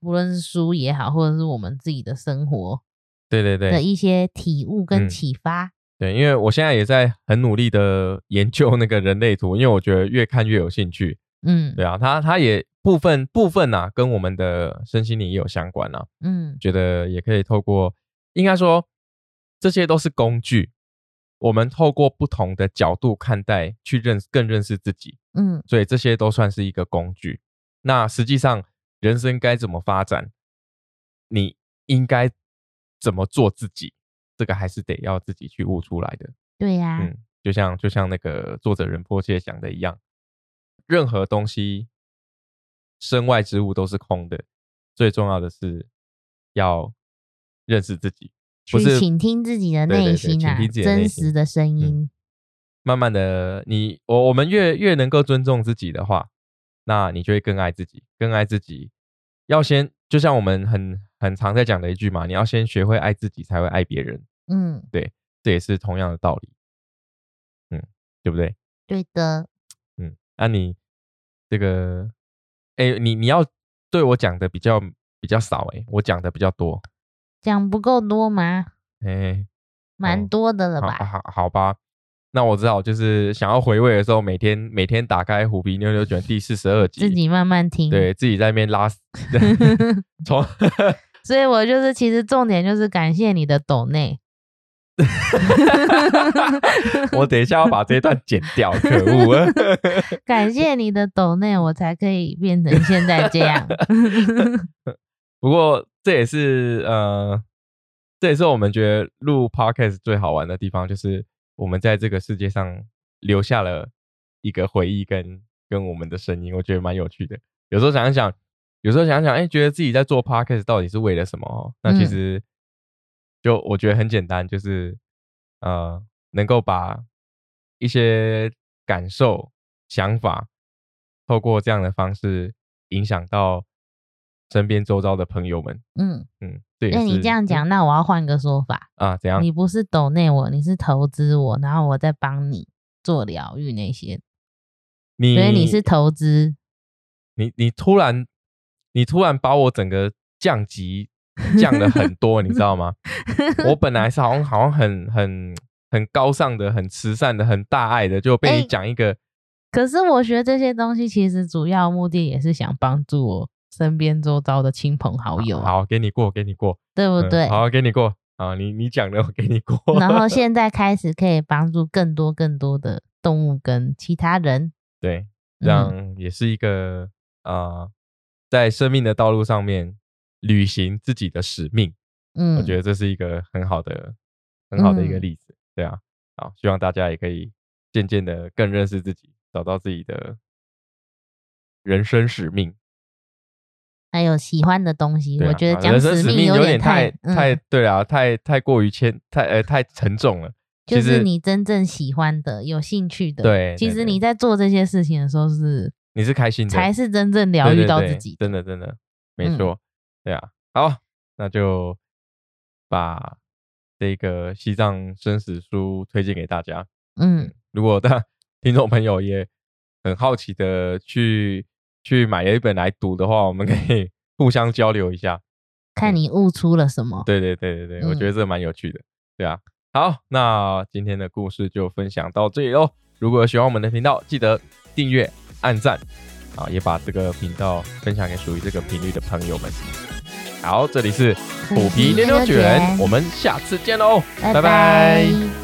Speaker 2: 不论是书也好，或者是我们自己的生活
Speaker 1: 对对对，
Speaker 2: 的一些体悟跟
Speaker 1: 嗯
Speaker 2: 启发。
Speaker 1: 对，因为我现在也在很努力的研究那个人类图，因为我觉得越看越有兴趣。
Speaker 2: 嗯
Speaker 1: 对啊，它它也部分部分啊，跟我们的身心灵也有相关啊，
Speaker 2: 嗯
Speaker 1: 觉得也可以透过，应该说这些都是工具，我们透过不同的角度看待，去认更认识自己，
Speaker 2: 嗯，
Speaker 1: 所以这些都算是一个工具。那实际上人生该怎么发展，你应该怎么做自己，这个还是得要自己去悟出来的。
Speaker 2: 对呀、
Speaker 1: 嗯，就像就像那个作者仁波切讲的一样，任何东西，身外之物都是空的，最重要的是要认识自己，不
Speaker 2: 去
Speaker 1: 是
Speaker 2: 倾听自己的
Speaker 1: 对对
Speaker 2: 内
Speaker 1: 对
Speaker 2: 心
Speaker 1: 倾
Speaker 2: 啊，
Speaker 1: 听自己的内
Speaker 2: 真
Speaker 1: 心嗯
Speaker 2: 实的声音。
Speaker 1: 慢慢的，你我我们越越能够尊重自己的话，那你就会更爱自己，更爱自己。要先，就像我们很很常在讲的一句嘛，你要先学会爱自己，才会爱别人。
Speaker 2: 嗯，
Speaker 1: 这也是同样的道理，嗯，对不对？
Speaker 2: 对的。
Speaker 1: 嗯，那、你这个，哎、你你要对我讲的比较比较少、诶我讲的比较多，
Speaker 2: 讲不够多吗？
Speaker 1: 哎、
Speaker 2: 蛮
Speaker 1: 哦
Speaker 2: 多的了
Speaker 1: 好
Speaker 2: 吧？
Speaker 1: 好好吧，那我知道，就是想要回味的时候，每天每天打开《虎皮妞妞卷》第四十二集，
Speaker 2: 自己慢慢听。
Speaker 1: 对自己在那边 拉， 从
Speaker 2: 所以我就是，其实重点就是感谢你的抖 内，
Speaker 1: 我等一下要把这一段剪掉，可恶！啊
Speaker 2: 感谢你的抖内，我才可以变成现在这 样。
Speaker 1: 不过这也是呃，这也是我们觉得录 podcast 最好玩的地方，就是我们在这个世界上留下了一个回忆跟跟我们的声音，我觉得蛮有趣的。有时候想一想，有时候想一想，哎，觉得自己在做 podcast 到底是为了什么哦？那其
Speaker 2: 嗯
Speaker 1: 实就我觉得很简单，就是呃，能够把一些感受、想法，透过这样的方式影响到身边周遭的朋友们。
Speaker 2: 嗯，
Speaker 1: 嗯，对。
Speaker 2: 那你这样讲，那我要换个说法，
Speaker 1: 啊？怎样？
Speaker 2: 你不是抖内我，你是投资我，然后我再帮你做疗愈那些，
Speaker 1: 你
Speaker 2: 所以你是投资。
Speaker 1: 你你突然你突然把我整个降级降了很多，你知道吗？我本来是好像好像很很很高尚的、很慈善的、很大爱的，就被
Speaker 2: 哎
Speaker 1: 你讲一个、
Speaker 2: 可是我学这些东西，其实主要目的也是想帮助我身边周遭的亲朋好友，
Speaker 1: 好，给你过，给你过，
Speaker 2: 对不
Speaker 1: 嗯
Speaker 2: 对？
Speaker 1: 好，给你过。啊，你你讲的我给你过。
Speaker 2: 然后现在开始可以帮助更多更多的动物跟其他人。
Speaker 1: 对，
Speaker 2: 嗯
Speaker 1: 这样也是一个啊、呃在生命的道路上面履行自己的使命。
Speaker 2: 嗯，
Speaker 1: 我觉得这是一个很好的、很好的一个
Speaker 2: 嗯
Speaker 1: 例子。对啊，好，希望大家也可以渐渐的更认识自己，找到自己的人生使命。
Speaker 2: 还有喜欢的东西，
Speaker 1: 对
Speaker 2: 我
Speaker 1: 啊
Speaker 2: 觉
Speaker 1: 啊
Speaker 2: 得讲
Speaker 1: 人生
Speaker 2: 使
Speaker 1: 命有
Speaker 2: 点
Speaker 1: 太
Speaker 2: 嗯
Speaker 1: 太对啊，太太过于牵太呃太沉重了。
Speaker 2: 就
Speaker 1: 其实
Speaker 2: 是你真正喜欢的、有兴趣的。
Speaker 1: 对
Speaker 2: 其
Speaker 1: 对
Speaker 2: 实
Speaker 1: 对
Speaker 2: 你在做这些事情的时候是
Speaker 1: 你是开心的，
Speaker 2: 才是真正疗
Speaker 1: 对
Speaker 2: 愈
Speaker 1: 对
Speaker 2: 到
Speaker 1: 对
Speaker 2: 自己的。
Speaker 1: 真的真的没
Speaker 2: 嗯
Speaker 1: 错，对啊。好，那就把这个西藏生死书推荐给大家。
Speaker 2: 嗯，
Speaker 1: 如果大听众朋友也很好奇的去去买了一本来读的话，我们可以 互相交流一下。
Speaker 2: 看你悟出了什么。
Speaker 1: 对对对对对，我觉得这蛮有趣的，对啊。好，那今天的故事就分享到这里喽。如果有喜欢我们的频道，记得订阅、按赞啊，也把这个频道分享给属于这个频率的朋友们。好，这里是虎皮
Speaker 2: 虎皮
Speaker 1: 妞妞
Speaker 2: 妞妞
Speaker 1: 卷
Speaker 2: 卷，
Speaker 1: 我们下次见喽，拜拜
Speaker 2: 拜拜